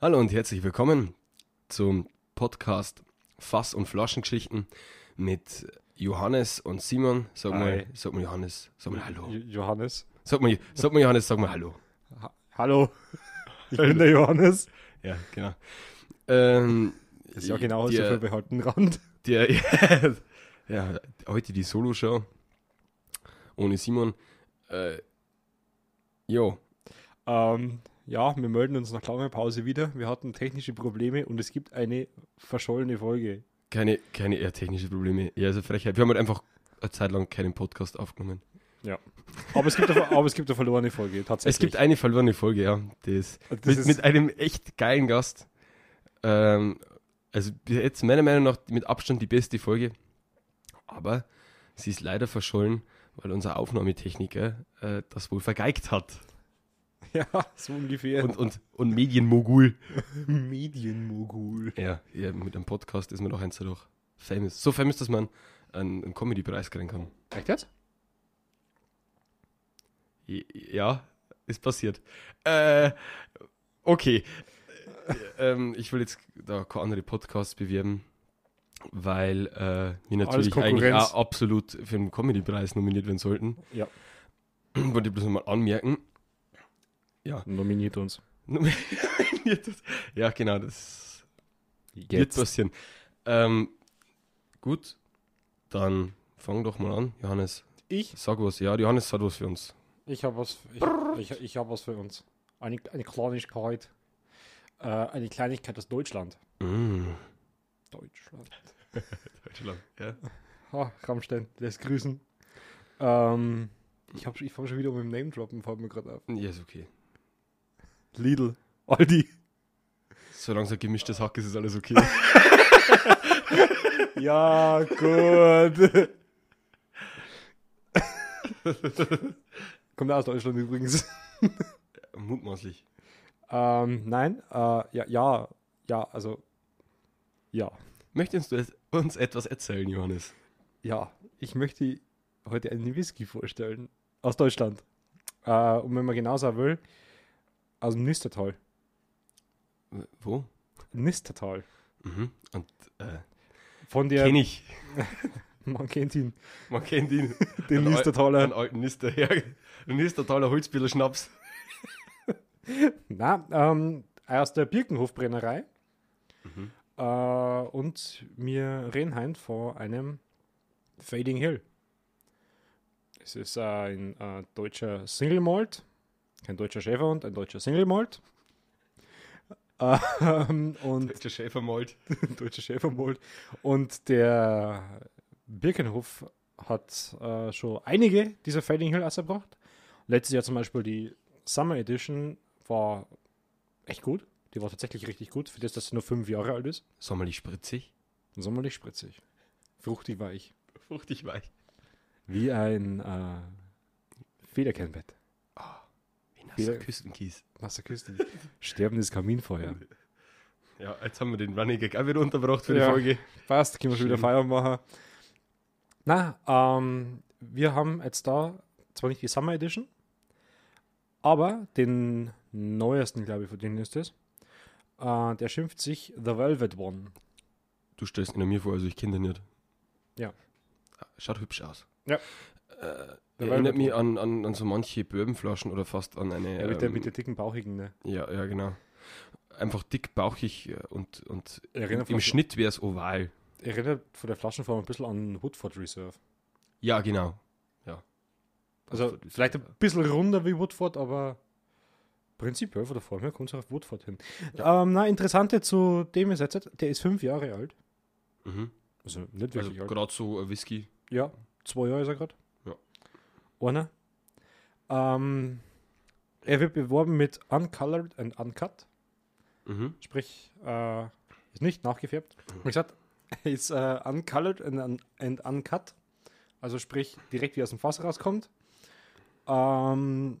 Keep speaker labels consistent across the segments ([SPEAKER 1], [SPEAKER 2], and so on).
[SPEAKER 1] Hallo und herzlich willkommen zum Podcast Fass- und Flaschengeschichten mit Johannes und Simon. Sag mal,
[SPEAKER 2] Hi.
[SPEAKER 1] sag mal Johannes, sag mal Oh, Hallo.
[SPEAKER 2] Jo- Johannes.
[SPEAKER 1] Sag mal, sag mal Johannes, sag mal Hallo.
[SPEAKER 2] Ha Hallo. Ich bin der Johannes.
[SPEAKER 1] Ja, genau. Ähm,
[SPEAKER 2] Ist ja genau so
[SPEAKER 1] der,
[SPEAKER 2] für behalten Rand.
[SPEAKER 1] der, ja, heute die Solo-Show ohne Simon. Äh, jo,
[SPEAKER 2] Ähm, ja, wir melden uns nach langer Pause wieder. Wir hatten technische Probleme und es gibt eine verschollene Folge.
[SPEAKER 1] keine, keine eher technische Probleme. Ja, also Frechheit. Wir haben halt einfach eine Zeit lang keinen Podcast aufgenommen.
[SPEAKER 2] Aber es gibt eine, aber es gibt eine verlorene Folge, tatsächlich.
[SPEAKER 1] Es gibt eine verlorene Folge, ja. Die ist
[SPEAKER 2] Also das
[SPEAKER 1] mit,
[SPEAKER 2] ist-
[SPEAKER 1] mit einem echt geilen Gast. Ähm, also bis jetzt meiner Meinung nach mit Abstand die beste Folge. Aber sie ist leider verschollen, weil unser Aufnahmetechniker äh, das wohl vergeigt hat.
[SPEAKER 2] ja, so ungefähr.
[SPEAKER 1] Und, und, und Medienmogul.
[SPEAKER 2] Medienmogul.
[SPEAKER 1] Ja, ja, mit einem Podcast ist man doch eins dadurch famous. So famous, dass man einen, einen Comedy-Preis kriegen kann.
[SPEAKER 2] Echt jetzt?
[SPEAKER 1] J- Ja, ist passiert. Äh, okay. Äh, ähm, ich will jetzt da keine andere Podcasts bewerben, weil äh, wir natürlich eigentlich
[SPEAKER 2] Konkurrenz.
[SPEAKER 1] auch absolut für den Comedy-Preis nominiert werden sollten.
[SPEAKER 2] Ja.
[SPEAKER 1] Wollte ich bloß mal anmerken.
[SPEAKER 2] Nominiert uns.
[SPEAKER 1] Nominiert ist- ja, genau, das wird
[SPEAKER 2] Jetzt.
[SPEAKER 1] passieren. Ähm, gut, dann fang doch mal an, Johannes.
[SPEAKER 2] Ich?
[SPEAKER 1] Sag was. Ja, der Johannes hat was für uns.
[SPEAKER 2] Ich habe was, ich, ich, ich hab was für uns. Eine, eine Kleinigkeit. Äh, eine Kleinigkeit aus Deutschland.
[SPEAKER 1] Mm.
[SPEAKER 2] Deutschland.
[SPEAKER 1] Deutschland, ja.
[SPEAKER 2] Ha, Rammstein, lässt grüßen. Ähm, ich hab, ich fange schon wieder mit dem Name-Droppen, fällt mir gerade auf.
[SPEAKER 1] Ja, ist okay.
[SPEAKER 2] Lidl, Aldi.
[SPEAKER 1] Solange es ein gemischtes Hack ist, ist alles okay.
[SPEAKER 2] Ja, gut. Kommt aus Deutschland übrigens.
[SPEAKER 1] Mutmaßlich.
[SPEAKER 2] Ähm, nein, äh, ja, ja, ja, also, ja,
[SPEAKER 1] Möchtest du es- uns etwas erzählen, Johannes?
[SPEAKER 2] ja. Ich möchte heute einen Whisky vorstellen. Aus Deutschland. Äh, und wenn man genau sagen will, aus dem Nistertal.
[SPEAKER 1] W- Wo?
[SPEAKER 2] Nistertal.
[SPEAKER 1] Mhm. Und äh,
[SPEAKER 2] Von der,
[SPEAKER 1] kenn ich.
[SPEAKER 2] man kennt ihn.
[SPEAKER 1] Man kennt ihn.
[SPEAKER 2] Den
[SPEAKER 1] Einen al-
[SPEAKER 2] Nistertaler.
[SPEAKER 1] Einen alten Nister. Ja, einen Nistertaler Holzbieler Schnaps.
[SPEAKER 2] Na, ähm, aus der Birkenhofbrennerei. Äh, und wir reden heute von einem Fading Hill. Es ist ein äh, deutscher Single Malt, kein deutscher Schäfer und ein deutscher Single Malt. Ähm, und
[SPEAKER 1] Deutscher Schäfermalt.
[SPEAKER 2] deutscher Schäfermold. Und der Birkenhof hat äh, schon einige dieser Fading Hill rausgebracht. Letztes Jahr zum Beispiel die Summer Edition war echt gut. Die war tatsächlich richtig gut, für das, dass sie nur fünf Jahre alt ist.
[SPEAKER 1] Sommerlich spritzig.
[SPEAKER 2] Sommerlich spritzig. Fruchtig weich.
[SPEAKER 1] Fruchtig weich.
[SPEAKER 2] Wie ein äh, Federkernbett.
[SPEAKER 1] Wie
[SPEAKER 2] Wieder-
[SPEAKER 1] nasser Küstenkies.
[SPEAKER 2] Nasser Küsten. Sterbendes Kaminfeuer.
[SPEAKER 1] Ja, jetzt haben wir den Running Gag auch wieder unterbracht für
[SPEAKER 2] Ja.
[SPEAKER 1] die Folge.
[SPEAKER 2] Passt, können wir schon wieder
[SPEAKER 1] Schön.
[SPEAKER 2] Feier machen. Na, ähm, wir haben jetzt da zwar nicht die Summer Edition, aber den neuesten, glaube ich, von denen ist das. Äh, der schimpft sich The Velvet One.
[SPEAKER 1] Du stellst ihn mir vor, also ich kenne den nicht. Ah,
[SPEAKER 2] Ja.
[SPEAKER 1] Schaut hübsch aus.
[SPEAKER 2] Ja.
[SPEAKER 1] Äh,
[SPEAKER 2] Der
[SPEAKER 1] erinnert
[SPEAKER 2] Velvet
[SPEAKER 1] mich an,
[SPEAKER 2] One.
[SPEAKER 1] an, an so manche Bourbonflaschen oder fast an eine.
[SPEAKER 2] Ja, mit, der,
[SPEAKER 1] ähm,
[SPEAKER 2] mit der dicken Bauchigen, ne?
[SPEAKER 1] Ja, ja, genau. Einfach dick, bauchig äh, und, und
[SPEAKER 2] Erinnert
[SPEAKER 1] im
[SPEAKER 2] von-
[SPEAKER 1] Schnitt wäre es oval.
[SPEAKER 2] Erinnert von der Flaschenform ein bisschen an Woodford Reserve.
[SPEAKER 1] Ja, genau.
[SPEAKER 2] Also
[SPEAKER 1] Woodford Reserve,
[SPEAKER 2] vielleicht ein bisschen runder wie Woodford, aber prinzipiell von der Form her kommt es auf Woodford hin. Ähm, na, interessante zu dem ist jetzt, der ist fünf Jahre alt.
[SPEAKER 1] Mhm.
[SPEAKER 2] Also nicht
[SPEAKER 1] Also
[SPEAKER 2] wirklich alt.
[SPEAKER 1] gerade so ein Whisky.
[SPEAKER 2] Ja, zwei Jahre ist er gerade.
[SPEAKER 1] Ja.
[SPEAKER 2] Einer. Ähm, er wird beworben mit Uncolored and Uncut,
[SPEAKER 1] Mhm.
[SPEAKER 2] sprich, äh, ist nicht nachgefärbt. Wie gesagt, er ist äh, Uncolored and, un and Uncut, also sprich, direkt wie aus dem Fass rauskommt. Ähm,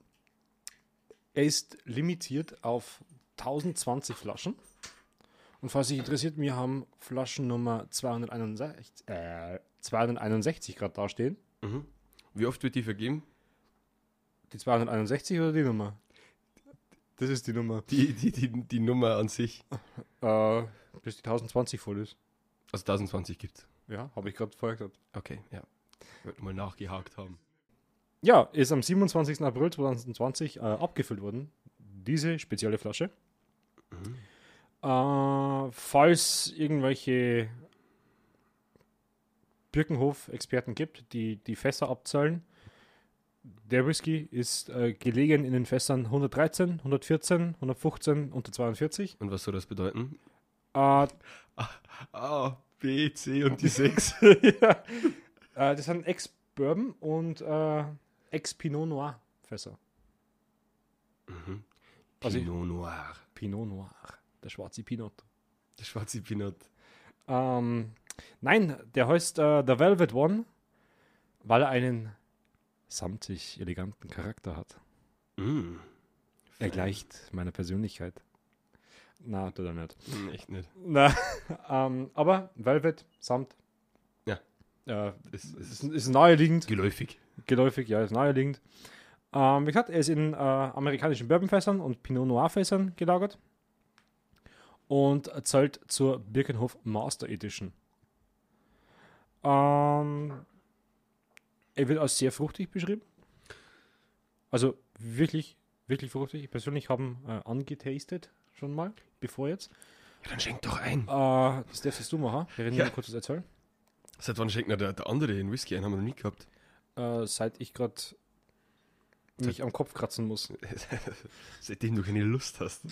[SPEAKER 2] er ist limitiert auf 1020 Flaschen. Und falls sich interessiert, wir haben Flaschennummer 261, äh, 261 gerade dastehen.
[SPEAKER 1] Mhm. Wie oft wird die vergeben?
[SPEAKER 2] Die 261 oder die Nummer? Das ist die Nummer.
[SPEAKER 1] Die, die, die, die Nummer an sich.
[SPEAKER 2] Äh, bis die 1020 voll ist.
[SPEAKER 1] Also 1020 gibt's.
[SPEAKER 2] Ja, habe ich gerade vorher gesagt.
[SPEAKER 1] Okay, ja. Ich wollte mal nachgehakt haben.
[SPEAKER 2] Ja, ist am 27. April 2020 äh, abgefüllt worden. Diese spezielle Flasche. Mhm. Äh, falls irgendwelche Birkenhof-Experten gibt, die die Fässer abzahlen, der Whisky ist äh, gelegen in den Fässern 113, 114, 115 und 42.
[SPEAKER 1] Und was soll das bedeuten?
[SPEAKER 2] Äh,
[SPEAKER 1] A, B, C und die 6.
[SPEAKER 2] ja. äh, das sind Ex-Bourbon und äh, Ex-Pinot Noir-Fässer. Also-
[SPEAKER 1] Mhm. Pinot Noir.
[SPEAKER 2] Pinot Noir, der schwarze Pinot.
[SPEAKER 1] Der schwarze Pinot.
[SPEAKER 2] Ähm, nein, der heißt äh, The Velvet One, weil er einen samtig eleganten Charakter hat.
[SPEAKER 1] Mm.
[SPEAKER 2] Er gleicht meiner Persönlichkeit. Na, tut er nicht.
[SPEAKER 1] Hm, Echt nicht.
[SPEAKER 2] Na, ähm, aber Velvet, Samt.
[SPEAKER 1] Ja.
[SPEAKER 2] Äh,
[SPEAKER 1] Das ist
[SPEAKER 2] ist, ist naheliegend.
[SPEAKER 1] geläufig.
[SPEAKER 2] geläufig, ja, ist naheliegend. Ähm, wie gesagt, er ist in äh, amerikanischen Bourbonfässern und Pinot Noir-Fässern gelagert und zählt zur Birkenhof Master Edition. Ähm, er wird als sehr fruchtig beschrieben. Also wirklich, wirklich fruchtig. Ich persönlich habe ihn äh, angetastet schon mal, bevor jetzt.
[SPEAKER 1] Ja, dann schenk doch ein.
[SPEAKER 2] Äh, das darfst jetzt du machen. Wir reden
[SPEAKER 1] Ja.
[SPEAKER 2] nur kurz was erzählen.
[SPEAKER 1] Seit wann schenkt denn der, der andere den Whisky ein? Haben wir noch nie gehabt.
[SPEAKER 2] Äh, seit ich gerade mich am Kopf kratzen muss.
[SPEAKER 1] Seitdem du keine Lust hast.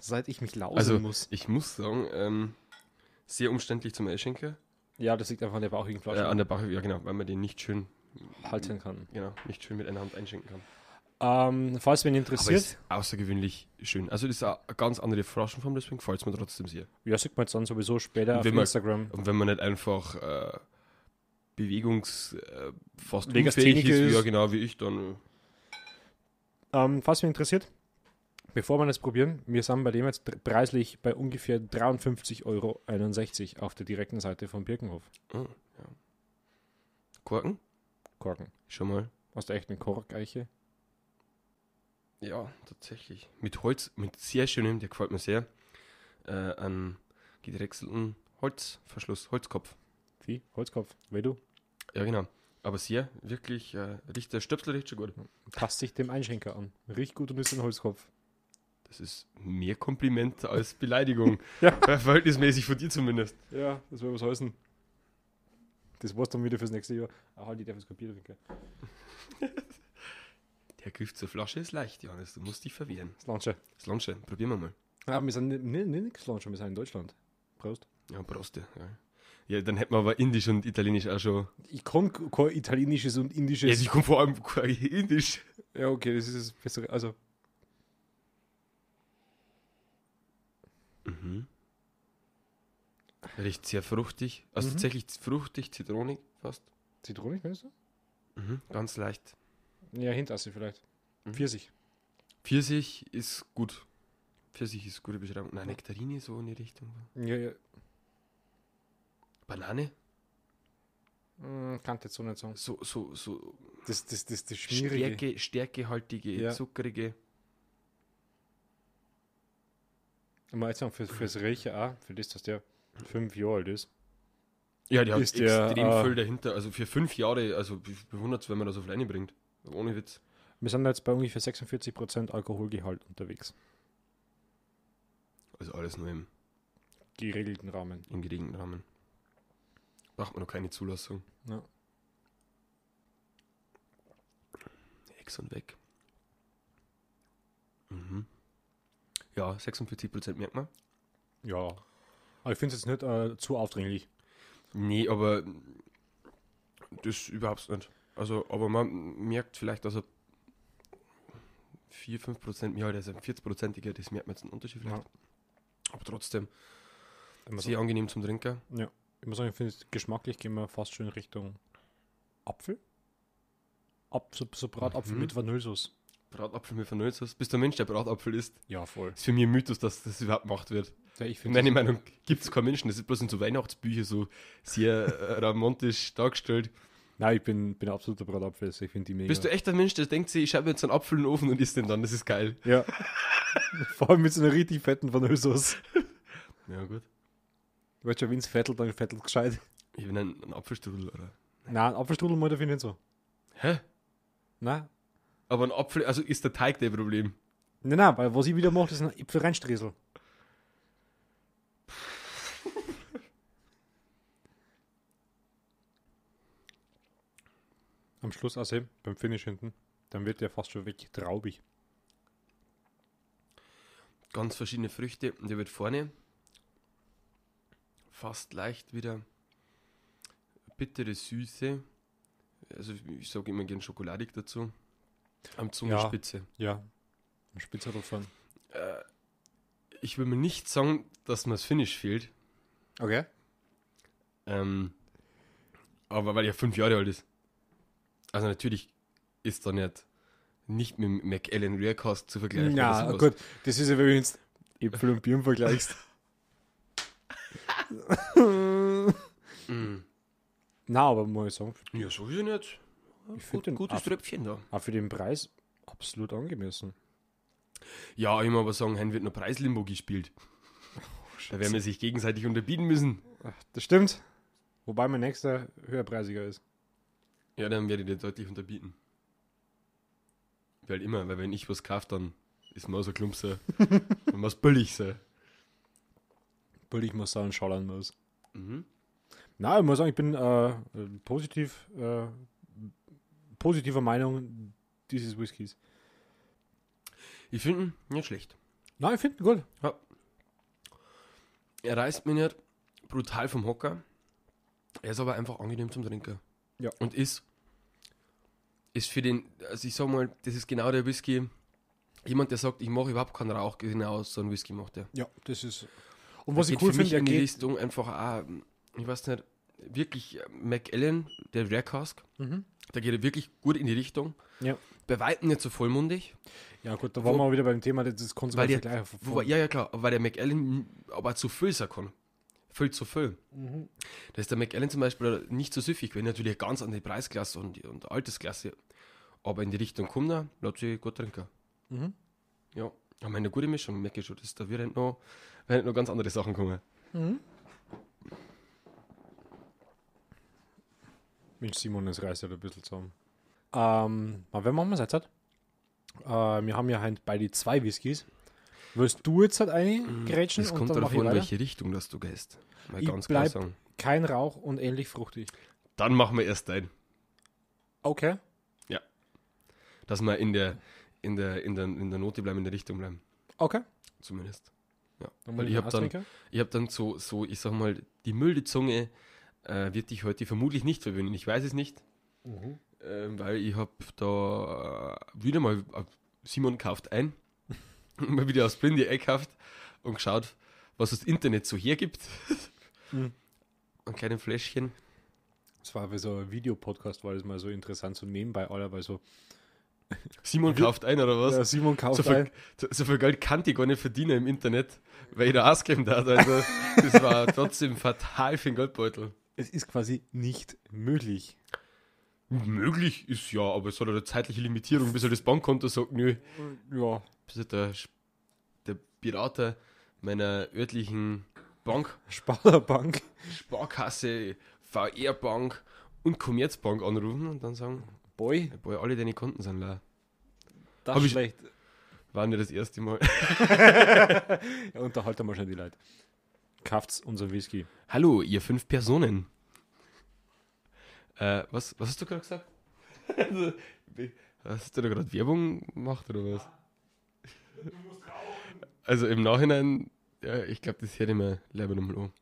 [SPEAKER 2] Seit ich mich lausen
[SPEAKER 1] Also,
[SPEAKER 2] muss.
[SPEAKER 1] ich muss sagen, ähm, sehr umständlich zum Einschenken.
[SPEAKER 2] Ja, das liegt einfach an der bauchigen
[SPEAKER 1] Äh,
[SPEAKER 2] Flasche.
[SPEAKER 1] an der Bache, ja genau, weil man den nicht schön,
[SPEAKER 2] halten kann.
[SPEAKER 1] genau, nicht schön mit einer Hand einschenken kann.
[SPEAKER 2] Ähm, falls wen
[SPEAKER 1] Aber ist
[SPEAKER 2] interessiert,
[SPEAKER 1] außergewöhnlich schön. Also das ist eine ganz andere Flaschenform, deswegen gefällt es mir trotzdem sehr.
[SPEAKER 2] ja, sieht man jetzt dann sowieso später auf
[SPEAKER 1] Wenn man-
[SPEAKER 2] Instagram.
[SPEAKER 1] Und wenn man nicht einfach äh, bewegungs äh, fast unfähig
[SPEAKER 2] Legastheniker
[SPEAKER 1] ist,
[SPEAKER 2] ist.
[SPEAKER 1] ja genau wie ich, dann äh,
[SPEAKER 2] Ähm, falls wen interessiert, bevor wir das probieren, wir sind bei dem jetzt dr- preislich bei ungefähr 53,61 Euro auf der direkten Seite von Birkenhof.
[SPEAKER 1] äh, ah, Korken.
[SPEAKER 2] Korken.
[SPEAKER 1] Schon mal.
[SPEAKER 2] Aus der echten Korkeiche.
[SPEAKER 1] Ja, tatsächlich. Mit Holz, mit sehr schönem, der gefällt mir sehr, äh, an gedrechselten Holzverschluss, Holzkopf.
[SPEAKER 2] Die Holzkopf. Weil du
[SPEAKER 1] Ja, genau. Aber sehr, wirklich, äh, riecht der Stöpsel riecht schon gut.
[SPEAKER 2] passt sich dem Einschenker an. Riecht gut und ist ein Holzkopf.
[SPEAKER 1] Das ist mehr Kompliment als Beleidigung. Äh,
[SPEAKER 2] Ja.
[SPEAKER 1] Verhältnismäßig von dir zumindest.
[SPEAKER 2] Ja, das will was heißen. Das war's dann wieder fürs nächste Jahr. Ah, halt, ich darf das Kapier trinken.
[SPEAKER 1] Der Griff zur Flasche ist leicht, Johannes. Du musst dich verwehren.
[SPEAKER 2] Das Launcher.
[SPEAKER 1] Das Launche, probieren wir mal.
[SPEAKER 2] Ah, wir sind nirgends Launcher, wir sind in Deutschland. Prost.
[SPEAKER 1] Ja, Proste. Ja. ja, dann hätten wir aber Indisch und Italienisch auch schon.
[SPEAKER 2] Ich kann kein italienisches und
[SPEAKER 1] Ja,
[SPEAKER 2] indisches.
[SPEAKER 1] ich komme vor allem kein Indisch.
[SPEAKER 2] Ja, okay, das ist das Bessere. Also,
[SPEAKER 1] Mhm. Riecht sehr fruchtig. Also
[SPEAKER 2] Mhm.
[SPEAKER 1] tatsächlich fruchtig, zitronig fast.
[SPEAKER 2] Zitronik, meinst du?
[SPEAKER 1] Mhm. Ganz leicht.
[SPEAKER 2] Ja, Hintasse vielleicht.
[SPEAKER 1] Mhm.
[SPEAKER 2] Pfirsich.
[SPEAKER 1] Pfirsich ist gut. Pfirsich ist gute Beschreibung. Nein, Nektarine so in die Richtung.
[SPEAKER 2] Ja, ja.
[SPEAKER 1] Banane?
[SPEAKER 2] Hm, kann jetzt so nicht sagen.
[SPEAKER 1] So, so, so
[SPEAKER 2] Das, das, das, das Schmierige.
[SPEAKER 1] Stärke, stärkehaltige,
[SPEAKER 2] Ja.
[SPEAKER 1] zuckerige.
[SPEAKER 2] Mal jetzt noch fürs, fürs Riechen auch, für das, dass der fünf Jahre alt ist.
[SPEAKER 1] Ja, die hat
[SPEAKER 2] Ist der,
[SPEAKER 1] extrem
[SPEAKER 2] äh,
[SPEAKER 1] viel dahinter. Also für fünf Jahre, also ich bewundert wenn man das auf Leine bringt. Ohne Witz.
[SPEAKER 2] Wir sind jetzt bei ungefähr 46% Alkoholgehalt unterwegs.
[SPEAKER 1] Also alles nur im,
[SPEAKER 2] Geregelten Rahmen.
[SPEAKER 1] im geringen Rahmen. Braucht man noch keine Zulassung.
[SPEAKER 2] Ja.
[SPEAKER 1] Ex und weg. Mhm. Ja, 46% merkt man.
[SPEAKER 2] ja. Aber ich finde es jetzt nicht äh, zu aufdringlich.
[SPEAKER 1] Nee, aber das überhaupt nicht. Also, aber man merkt vielleicht, dass er 4, 5 Prozent, ja, der ist ein 40-prozentiger, das merkt man jetzt einen Unterschied vielleicht. Aber trotzdem,
[SPEAKER 2] Wenn man so-
[SPEAKER 1] sehr angenehm zum Trinken.
[SPEAKER 2] Ich muss sagen, ich finde es geschmacklich gehen wir fast schon in Richtung Apfel. Ab, so, so Bratapfel
[SPEAKER 1] Mhm.
[SPEAKER 2] mit Vanillesauce.
[SPEAKER 1] Bratapfel mit Vanillesauce. Bist du ein Mensch, der Bratapfel isst?
[SPEAKER 2] Ja, voll.
[SPEAKER 1] Ist für mich ein Mythos, dass das überhaupt gemacht wird.
[SPEAKER 2] Ja, ich
[SPEAKER 1] In
[SPEAKER 2] finde
[SPEAKER 1] meiner Meinung gibt es keinen Menschen, das ist bloß in so Weihnachtsbüchern so sehr äh, romantisch dargestellt.
[SPEAKER 2] Nein, ich bin, bin ein absoluter Bratapfelesser. Ich finde die mega.
[SPEAKER 1] Bist du echt ein Mensch, der denkt sich, ich schreibe jetzt einen Apfel in den Ofen und isst den dann, das ist geil.
[SPEAKER 2] Ja. Vor allem mit so einer richtig fetten Vanillesauce.
[SPEAKER 1] Ja, gut.
[SPEAKER 2] Du weißt schon, wenn es fettelt, dann fettelt gescheit.
[SPEAKER 1] Ich bin ein, ein Apfelstrudel, oder?
[SPEAKER 2] Nein, Apfelstrudel mal, da finde ich nicht so.
[SPEAKER 1] Hä?
[SPEAKER 2] Nein.
[SPEAKER 1] Aber ein Apfel, also ist der Teig der Problem.
[SPEAKER 2] Nein, nein, weil was ich wieder mache, das ist ein Äpfel reinstriesel. Am Schluss aussehen, beim Finish hinten, dann wird der fast schon weg traubig.
[SPEAKER 1] Ganz verschiedene Früchte und der wird vorne fast leicht wieder bittere Süße. Also ich sage immer gern schokoladig dazu. Am Zungenspitze.
[SPEAKER 2] Ja. Ein Spitzer davon.
[SPEAKER 1] Ich will mir nicht sagen, dass mir das Finish fehlt.
[SPEAKER 2] Okay.
[SPEAKER 1] Ähm, aber weil er fünf Jahre alt ist. Also natürlich ist da nicht, nicht mit dem McAllen Rearcast zu vergleichen. oder
[SPEAKER 2] Ja,
[SPEAKER 1] sowas.
[SPEAKER 2] gut, das ist ja, wenn du jetzt Äpfel und Birnen vergleichst.
[SPEAKER 1] Mhm.
[SPEAKER 2] Na, aber muss ich sagen,
[SPEAKER 1] Ja, sowieso nicht.
[SPEAKER 2] Ich find den
[SPEAKER 1] gutes
[SPEAKER 2] Apfel-
[SPEAKER 1] Tröpfchen da.
[SPEAKER 2] auch für den Preis absolut angemessen.
[SPEAKER 1] Ja, ich muss aber sagen, heute wird nur Preislimbo gespielt. da werden wir sich gegenseitig unterbieten müssen.
[SPEAKER 2] Das stimmt. Wobei mein nächster höherpreisiger ist.
[SPEAKER 1] Ja, dann werde ich dir deutlich unterbieten. Wie halt immer, weil wenn ich was kaufe, dann ist man so klumpser. und was billig sein.
[SPEAKER 2] Weil ich mal sagen, schauen muss.
[SPEAKER 1] Mhm.
[SPEAKER 2] Na, ich muss sagen, ich bin äh, äh, positiv, äh, positiver Meinung dieses Whiskys.
[SPEAKER 1] Ich finde ihn nicht schlecht.
[SPEAKER 2] Nein, ich finde ihn gut.
[SPEAKER 1] Er reißt mich nicht brutal vom Hocker. Er ist aber einfach angenehm zum Trinken.
[SPEAKER 2] Ja.
[SPEAKER 1] Und ist, ist für den, also ich sag mal, das ist genau der Whisky. Jemand, der sagt, ich mache überhaupt keinen Rauch, genau so einen Whisky macht er.
[SPEAKER 2] Ja, das ist. Und was
[SPEAKER 1] geht
[SPEAKER 2] ich cool
[SPEAKER 1] für mich
[SPEAKER 2] finde, er
[SPEAKER 1] in die
[SPEAKER 2] geht.
[SPEAKER 1] Richtung einfach auch, ich weiß nicht, wirklich äh, McAllen, der Rare Cask,
[SPEAKER 2] Mhm.
[SPEAKER 1] da geht er wirklich gut in die Richtung.
[SPEAKER 2] Ja.
[SPEAKER 1] Bei weitem nicht so vollmundig,
[SPEAKER 2] ja, gut, da waren
[SPEAKER 1] Wo-
[SPEAKER 2] wir wieder beim Thema, das kannst du
[SPEAKER 1] weil
[SPEAKER 2] gar
[SPEAKER 1] der,
[SPEAKER 2] nicht vergleichen.
[SPEAKER 1] wobei, ja, ja, klar, weil der McAllen aber zu viel sein kann. Viel zu viel.
[SPEAKER 2] Mhm.
[SPEAKER 1] Da ist der McAllen zum Beispiel nicht so süffig, wenn natürlich eine ganz andere Preisklasse und, und Altersklasse. Aber in die Richtung kommt er, lässt sich gut trinken.
[SPEAKER 2] Mhm.
[SPEAKER 1] Ja, haben wir eine gute Mischung, merke ich schon. Das, da werden noch, werden halt noch ganz andere Sachen kommen.
[SPEAKER 2] Mensch, Simon, es reißt ja ein bisschen zusammen. Ähm, aber wenn machen wir es jetzt? Halt? Äh, wir haben ja halt beide zwei Whiskys. Willst du jetzt halt eine gerätschen
[SPEAKER 1] Mm, Es
[SPEAKER 2] und
[SPEAKER 1] kommt
[SPEAKER 2] dann
[SPEAKER 1] darauf
[SPEAKER 2] mache ich
[SPEAKER 1] an,
[SPEAKER 2] weiter?
[SPEAKER 1] welche Richtung das du gehst. Mal
[SPEAKER 2] Ich
[SPEAKER 1] ganz klar
[SPEAKER 2] bleib-
[SPEAKER 1] sagen.
[SPEAKER 2] Kein Rauch und ähnlich fruchtig.
[SPEAKER 1] Dann machen wir erst ein,
[SPEAKER 2] Okay.
[SPEAKER 1] dass wir in der, in der, in der, in der Note bleiben, in der Richtung bleiben.
[SPEAKER 2] Okay.
[SPEAKER 1] Zumindest. Ja.
[SPEAKER 2] Dann
[SPEAKER 1] Weil
[SPEAKER 2] will
[SPEAKER 1] ich
[SPEAKER 2] ich
[SPEAKER 1] habe dann,
[SPEAKER 2] austrinken.
[SPEAKER 1] ich hab dann so, so, ich sag mal, die milde Zunge äh, wird dich heute vermutlich nicht verwöhnen. Ich weiß es nicht,
[SPEAKER 2] Mhm.
[SPEAKER 1] ähm, weil ich habe da äh, wieder mal, äh, Simon kauft ein, mal wieder aus Blinde einkauft und geschaut, was das Internet so hergibt.
[SPEAKER 2] Mhm.
[SPEAKER 1] An kleinen Fläschchen.
[SPEAKER 2] Das war für so ein Videopodcast, war das mal so interessant, so nebenbei alle, weil so
[SPEAKER 1] Simon kauft ein oder was?
[SPEAKER 2] Ja, Simon
[SPEAKER 1] so,
[SPEAKER 2] kauft
[SPEAKER 1] viel,
[SPEAKER 2] ein.
[SPEAKER 1] so, so viel Geld kann die gar nicht verdienen im Internet, weil ich da ausgeben darf. Also, das war trotzdem fatal für den Geldbeutel.
[SPEAKER 2] Es ist quasi nicht möglich.
[SPEAKER 1] Möglich ist ja, aber es hat eine zeitliche Limitierung, bis er das Bankkonto sagt, nö,
[SPEAKER 2] Ja.
[SPEAKER 1] bis er der, Sch- der Berater meiner örtlichen Bank,
[SPEAKER 2] Sparerbank.
[SPEAKER 1] Sparkasse, VR-Bank und Commerzbank anrufen und dann sagen,
[SPEAKER 2] Boy,
[SPEAKER 1] boah, alle deine Konten sind leer.
[SPEAKER 2] das
[SPEAKER 1] Hab
[SPEAKER 2] ist
[SPEAKER 1] ich-
[SPEAKER 2] schlecht.
[SPEAKER 1] War nicht das erste Mal.
[SPEAKER 2] Ja, unterhalte mal schnell die Leute. Kauft's unseren Whisky.
[SPEAKER 1] Hallo, ihr fünf Personen. Äh, was, was hast du gerade gesagt? Also, wie- hast du da gerade Werbung gemacht oder was? Also im Nachhinein, ja, ich glaube, das hätte ich mir lieber nochmal an.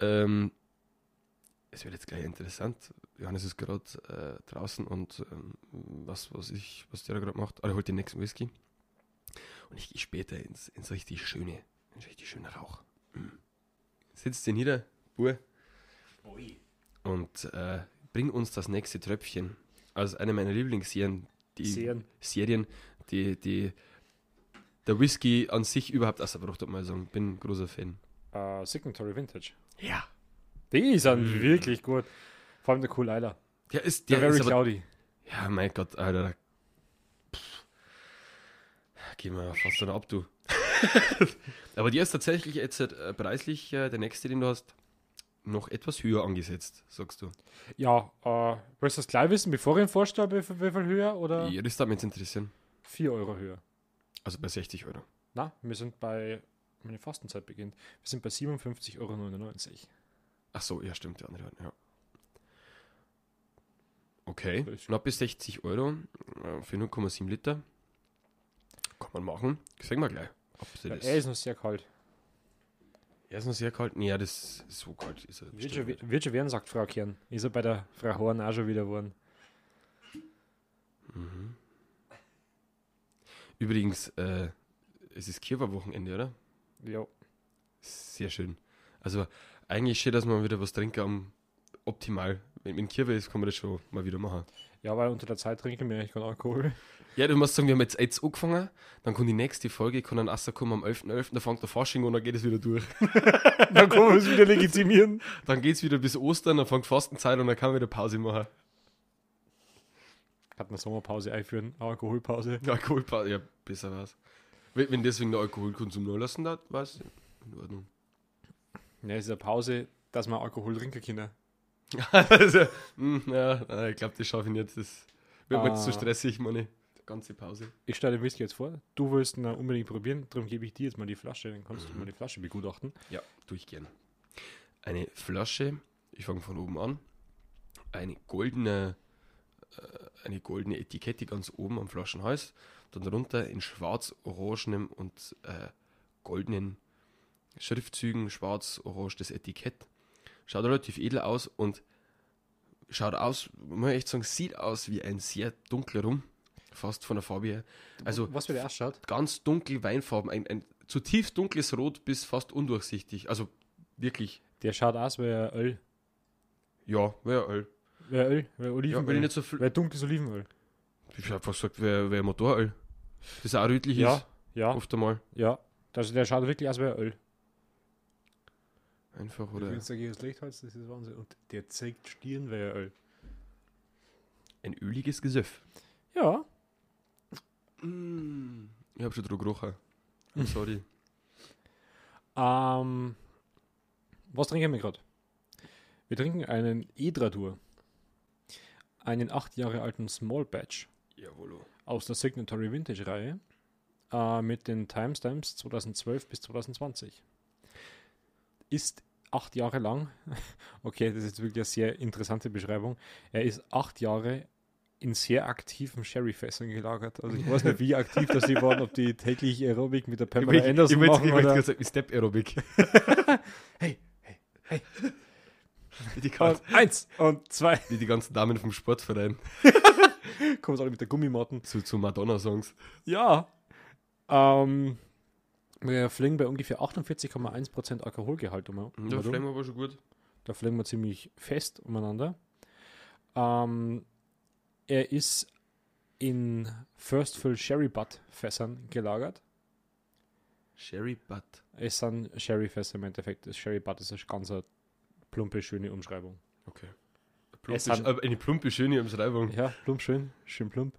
[SPEAKER 1] Ähm, es wird jetzt gleich interessant. Johannes ist gerade äh, draußen und ähm, was, was ich, was der da gerade macht. Ah, er holt den nächsten Whisky. Und ich gehe später ins, ins richtig schöne, ins richtig schöne Rauch Mm. sitzt den nieder, Bur. Und äh, bring uns das nächste Tröpfchen aus einer meiner Lieblingsserien, die
[SPEAKER 2] Serien.
[SPEAKER 1] Serien, die, die der Whisky an sich überhaupt ausgebracht hat, mal sagen. Bin großer Fan.
[SPEAKER 2] Äh, Signatory Vintage.
[SPEAKER 1] Ja.
[SPEAKER 2] Die sind wirklich gut. Vor allem der Kulila.
[SPEAKER 1] Der ist,
[SPEAKER 2] Der
[SPEAKER 1] der
[SPEAKER 2] Very
[SPEAKER 1] ist aber,
[SPEAKER 2] Cloudy.
[SPEAKER 1] Ja, mein Gott, Alter. Pff. Geh mal fast dann ab, du. aber der ist tatsächlich jetzt äh, preislich äh, der nächste, den du hast, noch etwas höher angesetzt, sagst du.
[SPEAKER 2] Ja, äh, willst du das gleich wissen, bevor ich ihn vorstelle, wie, viel- wie viel höher oder
[SPEAKER 1] Ja, das darf mich jetzt interessieren.
[SPEAKER 2] 4 Euro höher?
[SPEAKER 1] Also bei 60 Euro.
[SPEAKER 2] Na, wir sind bei, meine Fastenzeit beginnt, wir sind bei 57,99 Euro.
[SPEAKER 1] Ach so, ja, stimmt, der andere, hat- ja. Okay,
[SPEAKER 2] Das ist-
[SPEAKER 1] knapp bis 60 Euro äh, für 0,7 Liter. Kann man machen. Sagen wir gleich. Ob sie
[SPEAKER 2] Ja,
[SPEAKER 1] das
[SPEAKER 2] er ist noch sehr kalt.
[SPEAKER 1] er ist noch sehr kalt. Nee, ja, das ist so kalt. Ist er,
[SPEAKER 2] Wird
[SPEAKER 1] bestimmt
[SPEAKER 2] schon,
[SPEAKER 1] nicht.
[SPEAKER 2] wird schon werden, sagt Frau Kern. Ist er bei der Frau Horn auch schon wieder geworden.
[SPEAKER 1] Mhm. Übrigens, äh, es ist Kiewer-Wochenende, oder?
[SPEAKER 2] Ja.
[SPEAKER 1] Sehr schön. Also eigentlich schön, dass man wieder was trinken am optimal. Wenn wenn Kiewer ist, kann man das schon mal wieder machen.
[SPEAKER 2] ja, weil unter der Zeit trinken wir eigentlich keinen Alkohol.
[SPEAKER 1] Ja, du musst sagen, wir haben jetzt jetzt angefangen, dann kommt die nächste Folge, kann dann Assa kommen am 11.11., da fängt der Fasching an, dann geht es wieder durch.
[SPEAKER 2] Dann können wir es wieder legitimieren.
[SPEAKER 1] Dann geht es wieder bis Ostern, dann fängt Fastenzeit und dann kann man wieder Pause machen.
[SPEAKER 2] Hat eine Sommerpause einführen, eine Alkoholpause.
[SPEAKER 1] Alkoholpause, ja, besser war's. Wenn, wenn deswegen der Alkoholkonsum nachlassen hat, war's in Ordnung.
[SPEAKER 2] Ne, es ist eine Pause, dass man Alkohol trinken kann.
[SPEAKER 1] also, mm, ja, nein, ich glaube, das schaffe ich nicht. Das wird mir jetzt zu
[SPEAKER 2] Ah.
[SPEAKER 1] stressig, meine ganze Pause.
[SPEAKER 2] Ich stelle den Whisky jetzt vor. Du willst ihn unbedingt probieren, darum gebe ich dir jetzt mal die Flasche. Dann kannst du mal die Flasche begutachten.
[SPEAKER 1] Ja, tue ich gern. Eine Flasche, ich fange von oben an. Eine goldene, äh, eine goldene Etikette ganz oben am Flaschenhals. Dann darunter in schwarz-orangenem und äh, goldenen Schriftzügen, schwarz-orange das Etikett. Schaut relativ edel aus und schaut aus, muss ich echt sagen, sieht aus wie ein sehr dunkler Rum. Fast von der Farbe her. Also
[SPEAKER 2] Was für der ausschaut?
[SPEAKER 1] ganz dunkel Weinfarben, ein, ein zutiefst dunkles Rot bis fast undurchsichtig. Also wirklich,
[SPEAKER 2] Der schaut aus wie ein Öl.
[SPEAKER 1] ja, wäre Öl.
[SPEAKER 2] Wie ein Öl,
[SPEAKER 1] Ja,
[SPEAKER 2] wie ein
[SPEAKER 1] wenn ich
[SPEAKER 2] Olivenöl.
[SPEAKER 1] nicht so
[SPEAKER 2] wie
[SPEAKER 1] viel.
[SPEAKER 2] ein dunkles Olivenöl.
[SPEAKER 1] Ich hab fast gesagt, wäre wär Motoröl. Das auch rötlich ist,
[SPEAKER 2] ja,
[SPEAKER 1] oft einmal.
[SPEAKER 2] ja. Also der schaut wirklich aus wie ein Öl.
[SPEAKER 1] Einfach,
[SPEAKER 2] Wenn
[SPEAKER 1] oder?
[SPEAKER 2] du gegen das Licht hältst, das ist Wahnsinn. Und der zeigt Stirn wie ein Öl.
[SPEAKER 1] Ein öliges Gesöff.
[SPEAKER 2] Ja.
[SPEAKER 1] Ich habe schon drüber gerochen. I'm sorry.
[SPEAKER 2] Ähm, was trinken wir gerade? Wir trinken einen Edradur. Einen acht Jahre alten Small Batch
[SPEAKER 1] Jawollo.
[SPEAKER 2] aus der Signatory Vintage Reihe äh, mit den Timestamps 2012 bis 2020. Ist acht Jahre lang, okay, das ist jetzt wirklich eine sehr interessante Beschreibung. Er ist acht Jahre in sehr aktiven Sherry-Fässern gelagert. Also ich weiß nicht, wie aktiv das die waren, ob die täglich Aerobic mit der
[SPEAKER 1] Ich
[SPEAKER 2] Pamela
[SPEAKER 1] möchte
[SPEAKER 2] Anderson machen oder...
[SPEAKER 1] gerade sagen, Step Aerobic.
[SPEAKER 2] Hey,
[SPEAKER 1] Die,
[SPEAKER 2] Und eins und zwei.
[SPEAKER 1] die, die ganzen Damen vom Sportverein
[SPEAKER 2] Kommen sie alle mit der Gummimatten.
[SPEAKER 1] zu, zu Madonna-Songs.
[SPEAKER 2] Ja. Ähm, wir fliegen bei ungefähr 48,1% Alkoholgehalt um. um
[SPEAKER 1] Ja,
[SPEAKER 2] herum.
[SPEAKER 1] Flame aber schon gut.
[SPEAKER 2] Da fliegen wir ziemlich fest umeinander. Ähm, er ist in First Fill Sherry Butt Fässern gelagert.
[SPEAKER 1] Sherry Butt.
[SPEAKER 2] Es sind Sherry Fässer im Endeffekt. Das Sherry Butt ist eine ganz eine plumpe, schöne Umschreibung.
[SPEAKER 1] Okay.
[SPEAKER 2] Es
[SPEAKER 1] Plumpe,
[SPEAKER 2] hat-
[SPEAKER 1] äh, eine plumpe, schöne Umschreibung.
[SPEAKER 2] Ja, plump, schön. Schön plump.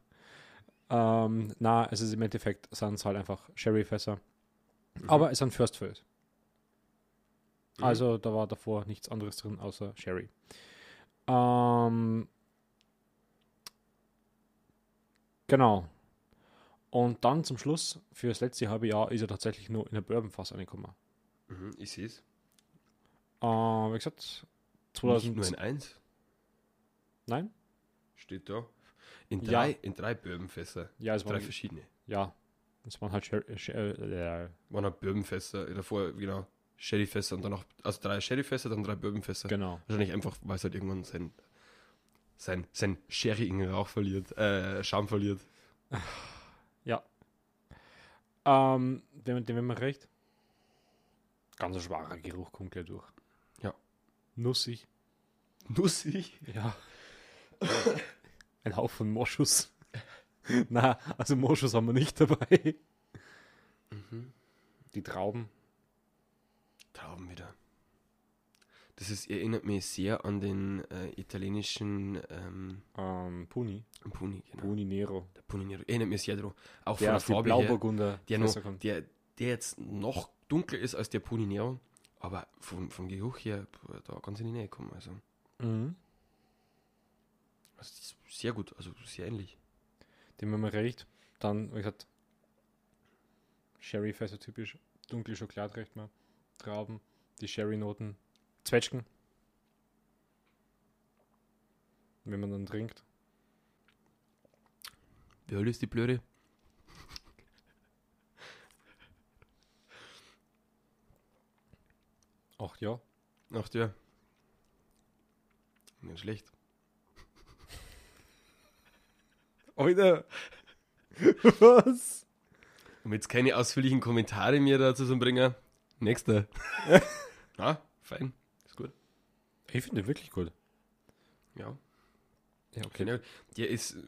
[SPEAKER 2] Ähm, na, es ist im Endeffekt sind es halt einfach Sherry Fässer. Aber es sind First Fill.
[SPEAKER 1] Mhm.
[SPEAKER 2] Also da war davor nichts anderes drin außer Sherry. Ähm, genau. Und dann zum Schluss, für das letzte halbe Jahr, ist er tatsächlich nur in der Bourbonfass angekommen.
[SPEAKER 1] Mhm, ich sehe es.
[SPEAKER 2] Äh, wie gesagt, 2000.
[SPEAKER 1] Nicht nur in eins,
[SPEAKER 2] Nein?
[SPEAKER 1] steht da. In
[SPEAKER 2] Ja.
[SPEAKER 1] drei, in drei Bourbonfässer.
[SPEAKER 2] Ja, es
[SPEAKER 1] Drei
[SPEAKER 2] waren,
[SPEAKER 1] verschiedene.
[SPEAKER 2] ja, es waren halt Sherry. Sher äh,
[SPEAKER 1] Waren auch Bourbonfässer, äh, davor, genau, Sherryfässer und danach, also drei Sherryfässer, dann drei Bourbonfässer.
[SPEAKER 2] genau.
[SPEAKER 1] Wahrscheinlich einfach, weil es halt irgendwann sein, sein, sein Sherry in Rauch verliert, äh, Charme verliert.
[SPEAKER 2] Ähm, dem, dem haben wir recht. Ganz ein schwacher Geruch kommt gleich durch.
[SPEAKER 1] Ja.
[SPEAKER 2] Nussig.
[SPEAKER 1] Nussig.
[SPEAKER 2] Ja. Ein Hauch von Moschus. Na, also Moschus haben wir nicht dabei. Mhm. Die Trauben.
[SPEAKER 1] Trauben wieder. Das ist, erinnert mich sehr an den äh, italienischen ähm,
[SPEAKER 2] Ähm, Puni.
[SPEAKER 1] Puni, genau.
[SPEAKER 2] Puni Nero.
[SPEAKER 1] Der Puni Nero. Erinnert mich sehr daran. Auch von
[SPEAKER 2] Der
[SPEAKER 1] der
[SPEAKER 2] aus dem
[SPEAKER 1] Farbe her,
[SPEAKER 2] Blauburgunder.
[SPEAKER 1] der, noch,
[SPEAKER 2] Fässer kommt.
[SPEAKER 1] der, der jetzt noch dunkler ist als der Puni Nero. Aber vom, vom Geruch her, puh, da ganz in die Nähe kommen. Also,
[SPEAKER 2] Mhm.
[SPEAKER 1] also das ist sehr gut, also sehr ähnlich.
[SPEAKER 2] Den haben wir recht. Dann, wie gesagt, Sherry fässer typisch. Dunkle Schokolade recht mal. Trauben. Die Sherry-Noten. Zwetschgen. Wenn man dann trinkt.
[SPEAKER 1] Wie alt ist die Blöde?
[SPEAKER 2] Ach ja.
[SPEAKER 1] Ach der. Nicht schlecht.
[SPEAKER 2] Alter! Was?
[SPEAKER 1] Um jetzt keine ausführlichen Kommentare mehr dazu zu bringen. Nächster. Na, fein. Ist gut.
[SPEAKER 2] Ich finde den wirklich gut.
[SPEAKER 1] Ja.
[SPEAKER 2] Ja,
[SPEAKER 1] Keine- Der ist. äh,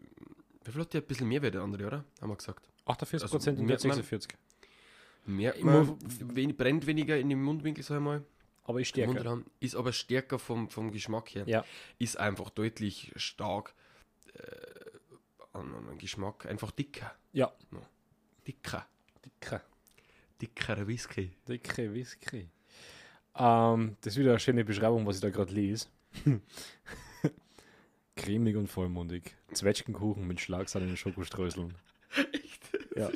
[SPEAKER 1] Wie viel hat der ein bisschen mehr Wert der andere, oder? Haben wir gesagt.
[SPEAKER 2] 48%
[SPEAKER 1] Also,
[SPEAKER 2] in
[SPEAKER 1] merkt man-
[SPEAKER 2] 46.
[SPEAKER 1] Mehr,
[SPEAKER 2] Immer-
[SPEAKER 1] wen, brennt weniger in den Mundwinkel, sag ich mal.
[SPEAKER 2] Aber ich
[SPEAKER 1] Im
[SPEAKER 2] stärker.
[SPEAKER 1] Unterarm. Ist aber stärker vom, vom Geschmack her.
[SPEAKER 2] Ja.
[SPEAKER 1] Ist einfach deutlich stark äh, an, an Geschmack. Einfach dicker.
[SPEAKER 2] Ja.
[SPEAKER 1] Dicker.
[SPEAKER 2] Dicker.
[SPEAKER 1] Dickerer Whisky.
[SPEAKER 2] Dicke Whisky. Ähm, das ist wieder eine schöne Beschreibung, was ich da gerade lese. Cremig und vollmundig. Zwetschgenkuchen mit schlagsahnigen Schokoströseln. Echt? Ja.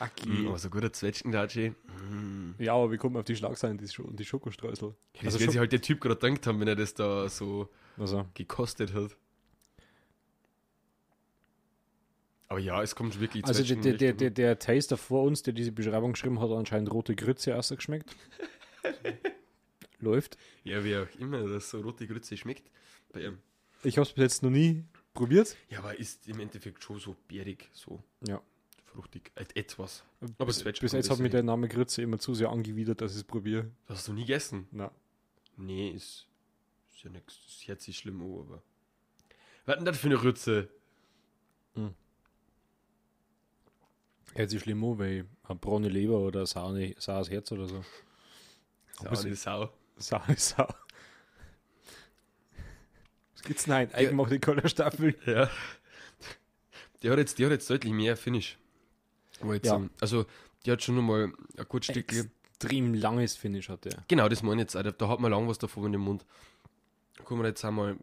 [SPEAKER 2] Aki.
[SPEAKER 1] Mm, aber so guter Zwetschgendatschi. Mm.
[SPEAKER 2] Ja, aber wir kommen auf die Schlagsahnen die Scho- und die Schokoströsel.
[SPEAKER 1] Ja, das
[SPEAKER 2] Also,
[SPEAKER 1] wird
[SPEAKER 2] Schok
[SPEAKER 1] sich halt der Typ gerade gedacht haben, wenn er das da so
[SPEAKER 2] also,
[SPEAKER 1] gekostet hat. Aber ja, es kommt wirklich
[SPEAKER 2] also der,
[SPEAKER 1] Zwetschgen-
[SPEAKER 2] der, der, der, der Taster vor uns, der diese Beschreibung geschrieben hat, hat anscheinend rote Grütze ausgeschmeckt. Läuft.
[SPEAKER 1] Ja, wie auch immer, dass so rote Grütze schmeckt. Bei ihm.
[SPEAKER 2] Ich habe es bis jetzt noch nie probiert.
[SPEAKER 1] Ja, aber ist im Endeffekt schon so bärig, so
[SPEAKER 2] Ja.
[SPEAKER 1] fruchtig. Et etwas.
[SPEAKER 2] Aber bis,
[SPEAKER 1] Zwetschgen
[SPEAKER 2] bis jetzt
[SPEAKER 1] kommt
[SPEAKER 2] hat
[SPEAKER 1] das
[SPEAKER 2] mir der Name Grütze immer zu sehr angewidert, dass ich es probiere.
[SPEAKER 1] Das hast du nie gegessen?
[SPEAKER 2] Na,
[SPEAKER 1] Nee, ist, ist ja nichts. Das hört sich schlimm an, aber. Was denn das für eine Rütze?
[SPEAKER 2] Hört sich schlimm an, weil eine braune Leber oder ein saune- saures Herz oder so.
[SPEAKER 1] Sau,
[SPEAKER 2] Aber
[SPEAKER 1] eine Sau.
[SPEAKER 2] Saure Sau. Was gibt's denn heute? Eigengemachte Colorstaffel.
[SPEAKER 1] Ja. Die hat jetzt, die hat jetzt deutlich mehr Finish. Wollte ich
[SPEAKER 2] Ja.
[SPEAKER 1] sagen. Also, die hat schon nochmal ein gutes Stück.
[SPEAKER 2] Extrem langes Finish hat der.
[SPEAKER 1] Genau, das meine ich jetzt auch. Da- Da hat man lang was davon in dem Mund. Kann man jetzt einmal,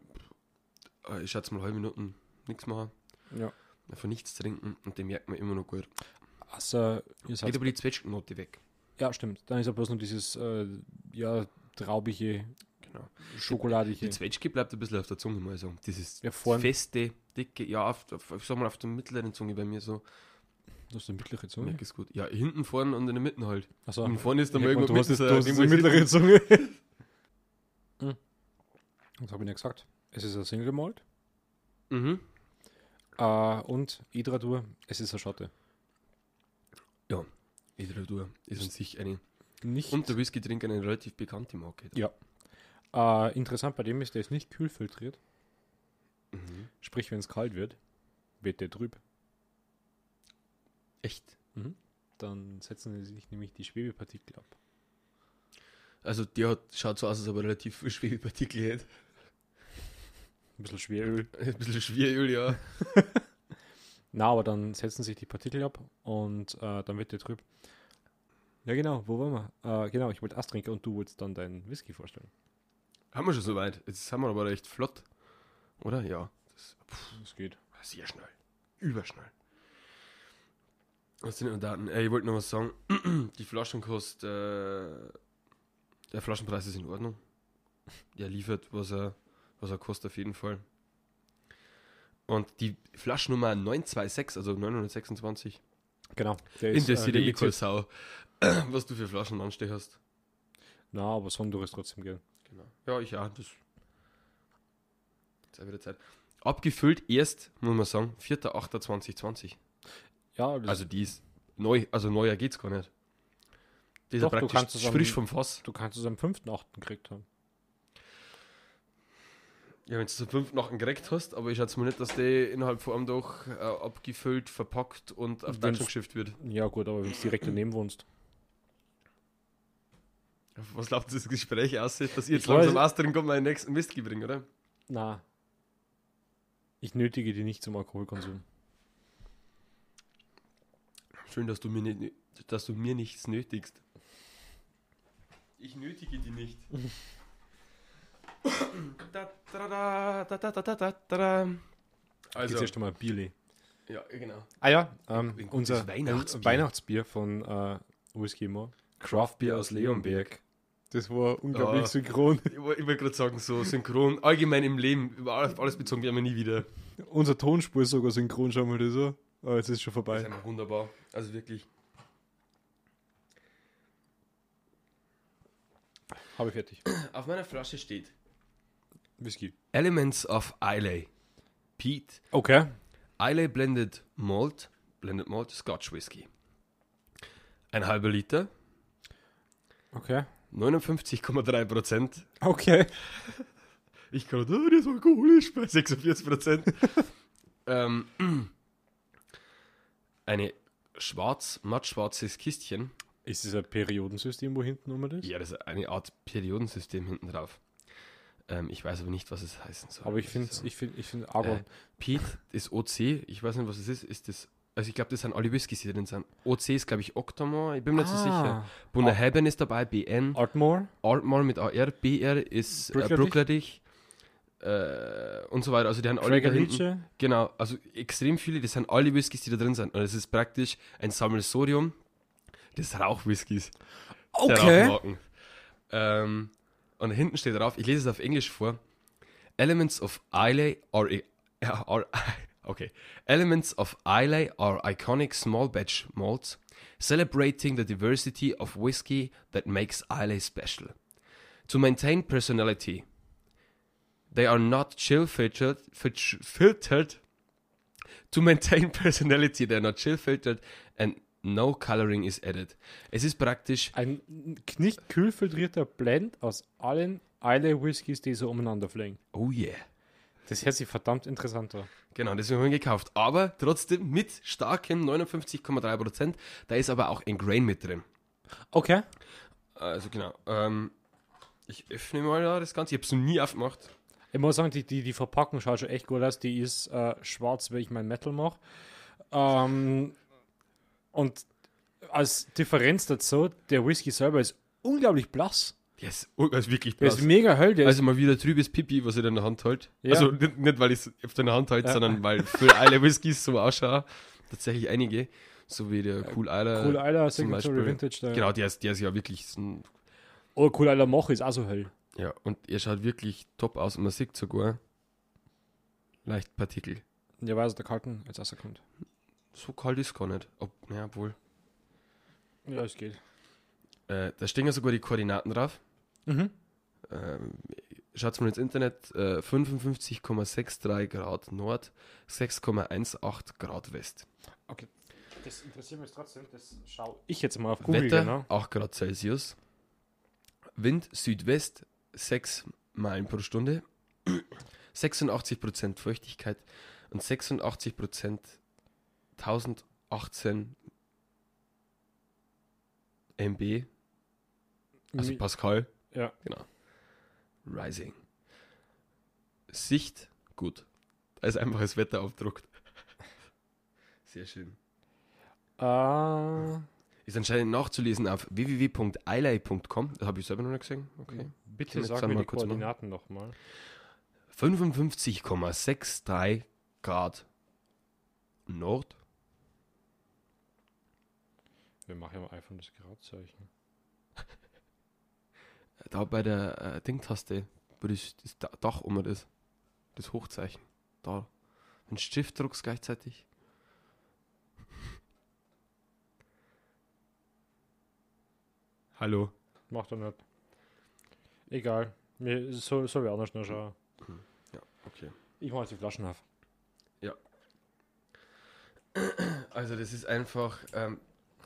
[SPEAKER 1] äh, ich schätze mal, halbe Minuten nichts machen,
[SPEAKER 2] Ja.
[SPEAKER 1] einfach nichts trinken und den merkt man immer noch gut.
[SPEAKER 2] Außer, ihr
[SPEAKER 1] Geht
[SPEAKER 2] seid,
[SPEAKER 1] aber die Zwetschgennote weg.
[SPEAKER 2] ja, stimmt. Dann ist ja bloß nur dieses, äh, ja, traubige,
[SPEAKER 1] Genau. Die
[SPEAKER 2] schokoladige.
[SPEAKER 1] Zwetschge bleibt ein bisschen auf der Zunge, mal sagen. Dieses
[SPEAKER 2] Ja, vor allem-
[SPEAKER 1] feste, dicke, ja, auf, auf, ich sag mal, auf der mittleren Zunge bei mir so.
[SPEAKER 2] Das ist eine mittlere Zunge.
[SPEAKER 1] Merk es gut. Ja, hinten, vorne und in der Mitte halt.
[SPEAKER 2] Achso,
[SPEAKER 1] Und vorne ist dann mal
[SPEAKER 2] Hm. Ja, gut,
[SPEAKER 1] irgendwo
[SPEAKER 2] du hast jetzt-
[SPEAKER 1] mitten
[SPEAKER 2] du
[SPEAKER 1] so-
[SPEAKER 2] hast jetzt die
[SPEAKER 1] irgendwo
[SPEAKER 2] mittlere Zunge. Hm. Was habe ich nicht gesagt? Es ist ein Single Malt
[SPEAKER 1] Mhm.
[SPEAKER 2] äh, und Hydratur, es ist ein Schotte.
[SPEAKER 1] Literatur ist an sich eine.
[SPEAKER 2] Nicht
[SPEAKER 1] Und der Whisky trinkt eine relativ bekannte Marke.
[SPEAKER 2] Äh, interessant bei dem ist, der ist nicht kühl filtriert.
[SPEAKER 1] Mhm.
[SPEAKER 2] Sprich, wenn es kalt wird, wird der trüb.
[SPEAKER 1] Echt.
[SPEAKER 2] Dann setzen sich nämlich die Schwebepartikel ab.
[SPEAKER 1] Also der hat, schaut so aus, als ob er relativ viel Schwebepartikel hat.
[SPEAKER 2] Ein bisschen Schweröl.
[SPEAKER 1] Ein bisschen Schwieröl, ja.
[SPEAKER 2] Na, aber dann setzen sich die Partikel ab und äh, dann wird der trüb. Ja, genau, wo waren wir? Äh, genau, ich wollte Astrinker und du wolltest dann deinen Whisky vorstellen.
[SPEAKER 1] Haben wir schon soweit. Jetzt haben wir aber recht flott. Oder? Ja. Das
[SPEAKER 2] Das geht.
[SPEAKER 1] ist sehr schnell. Überschnell. Was sind denn Daten? Ey, ich wollte noch was sagen. Die Flaschenkost, äh, der Flaschenpreis ist in Ordnung. Der liefert, was er, was er kostet auf jeden Fall. Und die Flaschennummer 926, also 926,
[SPEAKER 2] Genau. Der
[SPEAKER 1] interessiert
[SPEAKER 2] äh,
[SPEAKER 1] dich eh
[SPEAKER 2] reduziert.
[SPEAKER 1] keine Sau, was du für Flaschen anstehen hast.
[SPEAKER 2] Na, aber Sondor ist trotzdem geil.
[SPEAKER 1] Genau. Ja, ich auch. Das ist auch wieder Zeit. Abgefüllt erst, muss man sagen, 4.8.2020.
[SPEAKER 2] Ja, das,
[SPEAKER 1] Also die ist neu, also neuer geht's gar nicht. Die ist
[SPEAKER 2] Doch,
[SPEAKER 1] ja
[SPEAKER 2] du kannst
[SPEAKER 1] praktisch
[SPEAKER 2] es am-
[SPEAKER 1] frisch vom Fass.
[SPEAKER 2] du kannst es am 5.8. gekriegt haben.
[SPEAKER 1] Ja, wenn du es am 5. noch gekriegt hast, aber ich schätze mal nicht, dass die innerhalb von einem Tag äh, abgefüllt, verpackt und auf
[SPEAKER 2] Wenn's-
[SPEAKER 1] Deutschland geschifft wird.
[SPEAKER 2] Ja, gut, aber wenn du direkt daneben wohnst.
[SPEAKER 1] Auf Was läuft das Gespräch aus, dass ihr jetzt
[SPEAKER 2] Ich weiß-
[SPEAKER 1] langsam Astrid kommt, meinen nächsten Whisky bringen, oder?
[SPEAKER 2] Na. Ich nötige die nicht zum Alkoholkonsum.
[SPEAKER 1] Schön, dass du mir, nicht, dass du mir nichts nötigst. Ich nötige die nicht. da, da, da, da, da, da, da, da, da.
[SPEAKER 2] Also.
[SPEAKER 1] Also,
[SPEAKER 2] Jetzt erst einmal Bierli.
[SPEAKER 1] ja, genau.
[SPEAKER 2] Ah ja, ähm,
[SPEAKER 1] Ein gutes
[SPEAKER 2] unser
[SPEAKER 1] Weihnachtsbier.
[SPEAKER 2] Weihnachtsbier, Weihnachtsbier von äh, USG Moor. Craftbier
[SPEAKER 1] aus Leonberg. Ah.
[SPEAKER 2] Das war unglaublich
[SPEAKER 1] Ja.
[SPEAKER 2] synchron.
[SPEAKER 1] Ich wo- ich wollte gerade sagen, so synchron, allgemein im Leben, über alles, alles bezogen, werden wir nie wieder.
[SPEAKER 2] Unser Tonspur ist sogar synchron, schau mal das an. Aber jetzt ist schon
[SPEAKER 1] Das
[SPEAKER 2] vorbei.
[SPEAKER 1] ist einfach wunderbar. Also wirklich.
[SPEAKER 2] Habe ich fertig.
[SPEAKER 1] Auf meiner Flasche steht
[SPEAKER 2] Whisky.
[SPEAKER 1] Elements of Islay. Pete
[SPEAKER 2] Okay.
[SPEAKER 1] Islay Blended Malt, Blended Malt Scotch Whisky. Ein halber Liter,
[SPEAKER 2] Okay.
[SPEAKER 1] 59,3 Prozent.
[SPEAKER 2] Okay.
[SPEAKER 1] Ich gerade, oh, das ist alkoholisch bei 46 Prozent. ähm, eine schwarz, mattschwarzes Kistchen.
[SPEAKER 2] Ist das ein Periodensystem, wo hinten nochmal ist?
[SPEAKER 1] Ja, das ist eine Art Periodensystem hinten drauf. Ähm, ich weiß aber nicht, was es heißen soll.
[SPEAKER 2] Aber ich
[SPEAKER 1] muss
[SPEAKER 2] finde,
[SPEAKER 1] sagen.
[SPEAKER 2] ich finde, ich finde, aber
[SPEAKER 1] Äh, Pete ist OC, ich weiß nicht, was es ist. Ist das. Also ich glaube, das sind alle Whiskys, die drin sind. OC ist, glaube ich, Octomore, ich bin mir nicht
[SPEAKER 2] Ah.
[SPEAKER 1] so sicher. Bunner Haben ist dabei, BN,
[SPEAKER 2] Artmore?
[SPEAKER 1] Altmore mit AR, BR ist äh,
[SPEAKER 2] Brooklyn
[SPEAKER 1] Brooklyn äh, und so weiter. Also die haben alle da hinten.
[SPEAKER 2] Dragonlice?
[SPEAKER 1] Genau, also extrem viele, das sind alle Whiskys, die da drin sind. Und es ist praktisch ein Sammelsorium des Rauchwhiskys. der Rauchmarken. Ähm, und hinten steht drauf, ich lese es auf Englisch vor. Elements of Islay are, are okay. Elements of Islay are iconic small batch malts, celebrating the diversity of whiskey that makes Islay special. To maintain personality, they are not chill filtered, fil- filtered. To maintain personality, they are not chill filtered and no coloring is added. Es ist praktisch
[SPEAKER 2] Ein nicht kühlfiltrierter Blend aus allen Islay Whiskys, die so umeinander fliegen.
[SPEAKER 1] Oh yeah.
[SPEAKER 2] Das hört sich verdammt interessant an.
[SPEAKER 1] Genau, deswegen haben wir ihn gekauft. Aber trotzdem mit starkem 59,3%. Da ist aber auch ein Grain mit drin.
[SPEAKER 2] Okay.
[SPEAKER 1] Also genau. Ähm, ich öffne mal da das Ganze. Ich habe es noch nie aufgemacht.
[SPEAKER 2] Ich muss sagen, die, die, die Verpackung schaut schon echt gut aus. Die ist äh, schwarz, weil ich mein Metal mache. Ähm, und als Differenz dazu, der Whisky selber ist unglaublich blass.
[SPEAKER 1] Der ist, oh, der ist wirklich
[SPEAKER 2] Der
[SPEAKER 1] blass.
[SPEAKER 2] ist mega hell. Der
[SPEAKER 1] Also mal wieder trübes Pipi, was ich da in der Hand halt.
[SPEAKER 2] Ja.
[SPEAKER 1] Also nicht, nicht weil ich es auf der Hand halte,
[SPEAKER 2] Ja.
[SPEAKER 1] sondern weil für alle Whiskys so ausschauen. Tatsächlich einige. So wie der Cool
[SPEAKER 2] ist
[SPEAKER 1] Isler.
[SPEAKER 2] Cool Eiler,
[SPEAKER 1] äh, zum
[SPEAKER 2] Signature
[SPEAKER 1] Beispiel.
[SPEAKER 2] Vintage. Der.
[SPEAKER 1] Genau, der ist, der ist ja wirklich. so ein-
[SPEAKER 2] Oh, Cool Eiler Moch ist auch so hell.
[SPEAKER 1] Ja, und er schaut wirklich top aus und man sieht sogar leicht Partikel.
[SPEAKER 2] Ja, weil also der Kalken als erster kommt.
[SPEAKER 1] So kalt ist gar nicht. Ob, ja, obwohl.
[SPEAKER 2] Ja, es geht.
[SPEAKER 1] Äh, da stehen ja sogar die Koordinaten drauf.
[SPEAKER 2] Mhm.
[SPEAKER 1] Ähm, Schaut mal ins Internet. Äh, 55,63 Grad Nord, 6,18 Grad West.
[SPEAKER 2] Das interessiert mich trotzdem. Das schaue ich jetzt mal auf Google.
[SPEAKER 1] Wetter
[SPEAKER 2] Genau.
[SPEAKER 1] 8 Grad Celsius. Wind Südwest 6 Meilen pro Stunde. 86% Feuchtigkeit und 86% 1018 MB, also
[SPEAKER 2] Mi-
[SPEAKER 1] Pascal. Genau.
[SPEAKER 2] ja.
[SPEAKER 1] Rising. Sicht gut. Da ist einfach das Wetter aufgedruckt. Sehr schön.
[SPEAKER 2] Ah,
[SPEAKER 1] Ist anscheinend nachzulesen auf www.eilei.com. Das habe ich selber noch nicht gesehen. Okay.
[SPEAKER 2] bitte
[SPEAKER 1] Jetzt
[SPEAKER 2] sag
[SPEAKER 1] sagen
[SPEAKER 2] mir
[SPEAKER 1] wir
[SPEAKER 2] die
[SPEAKER 1] kurz mal.
[SPEAKER 2] Koordinaten nochmal.
[SPEAKER 1] 55,63 Grad Nord.
[SPEAKER 2] Wir machen ja mal einfach das Gradzeichen.
[SPEAKER 1] Da bei der äh, Dingtaste, wo das, das Da- Dach um ist. Das Hochzeichen. Da. Wenn du Shift druckst gleichzeitig. Hallo.
[SPEAKER 2] Macht er nicht. Egal. Mir soll, soll wir anders noch schauen.
[SPEAKER 1] Hm. Okay.
[SPEAKER 2] Ich mache jetzt die Flaschen auf.
[SPEAKER 1] Also das ist einfach, ähm,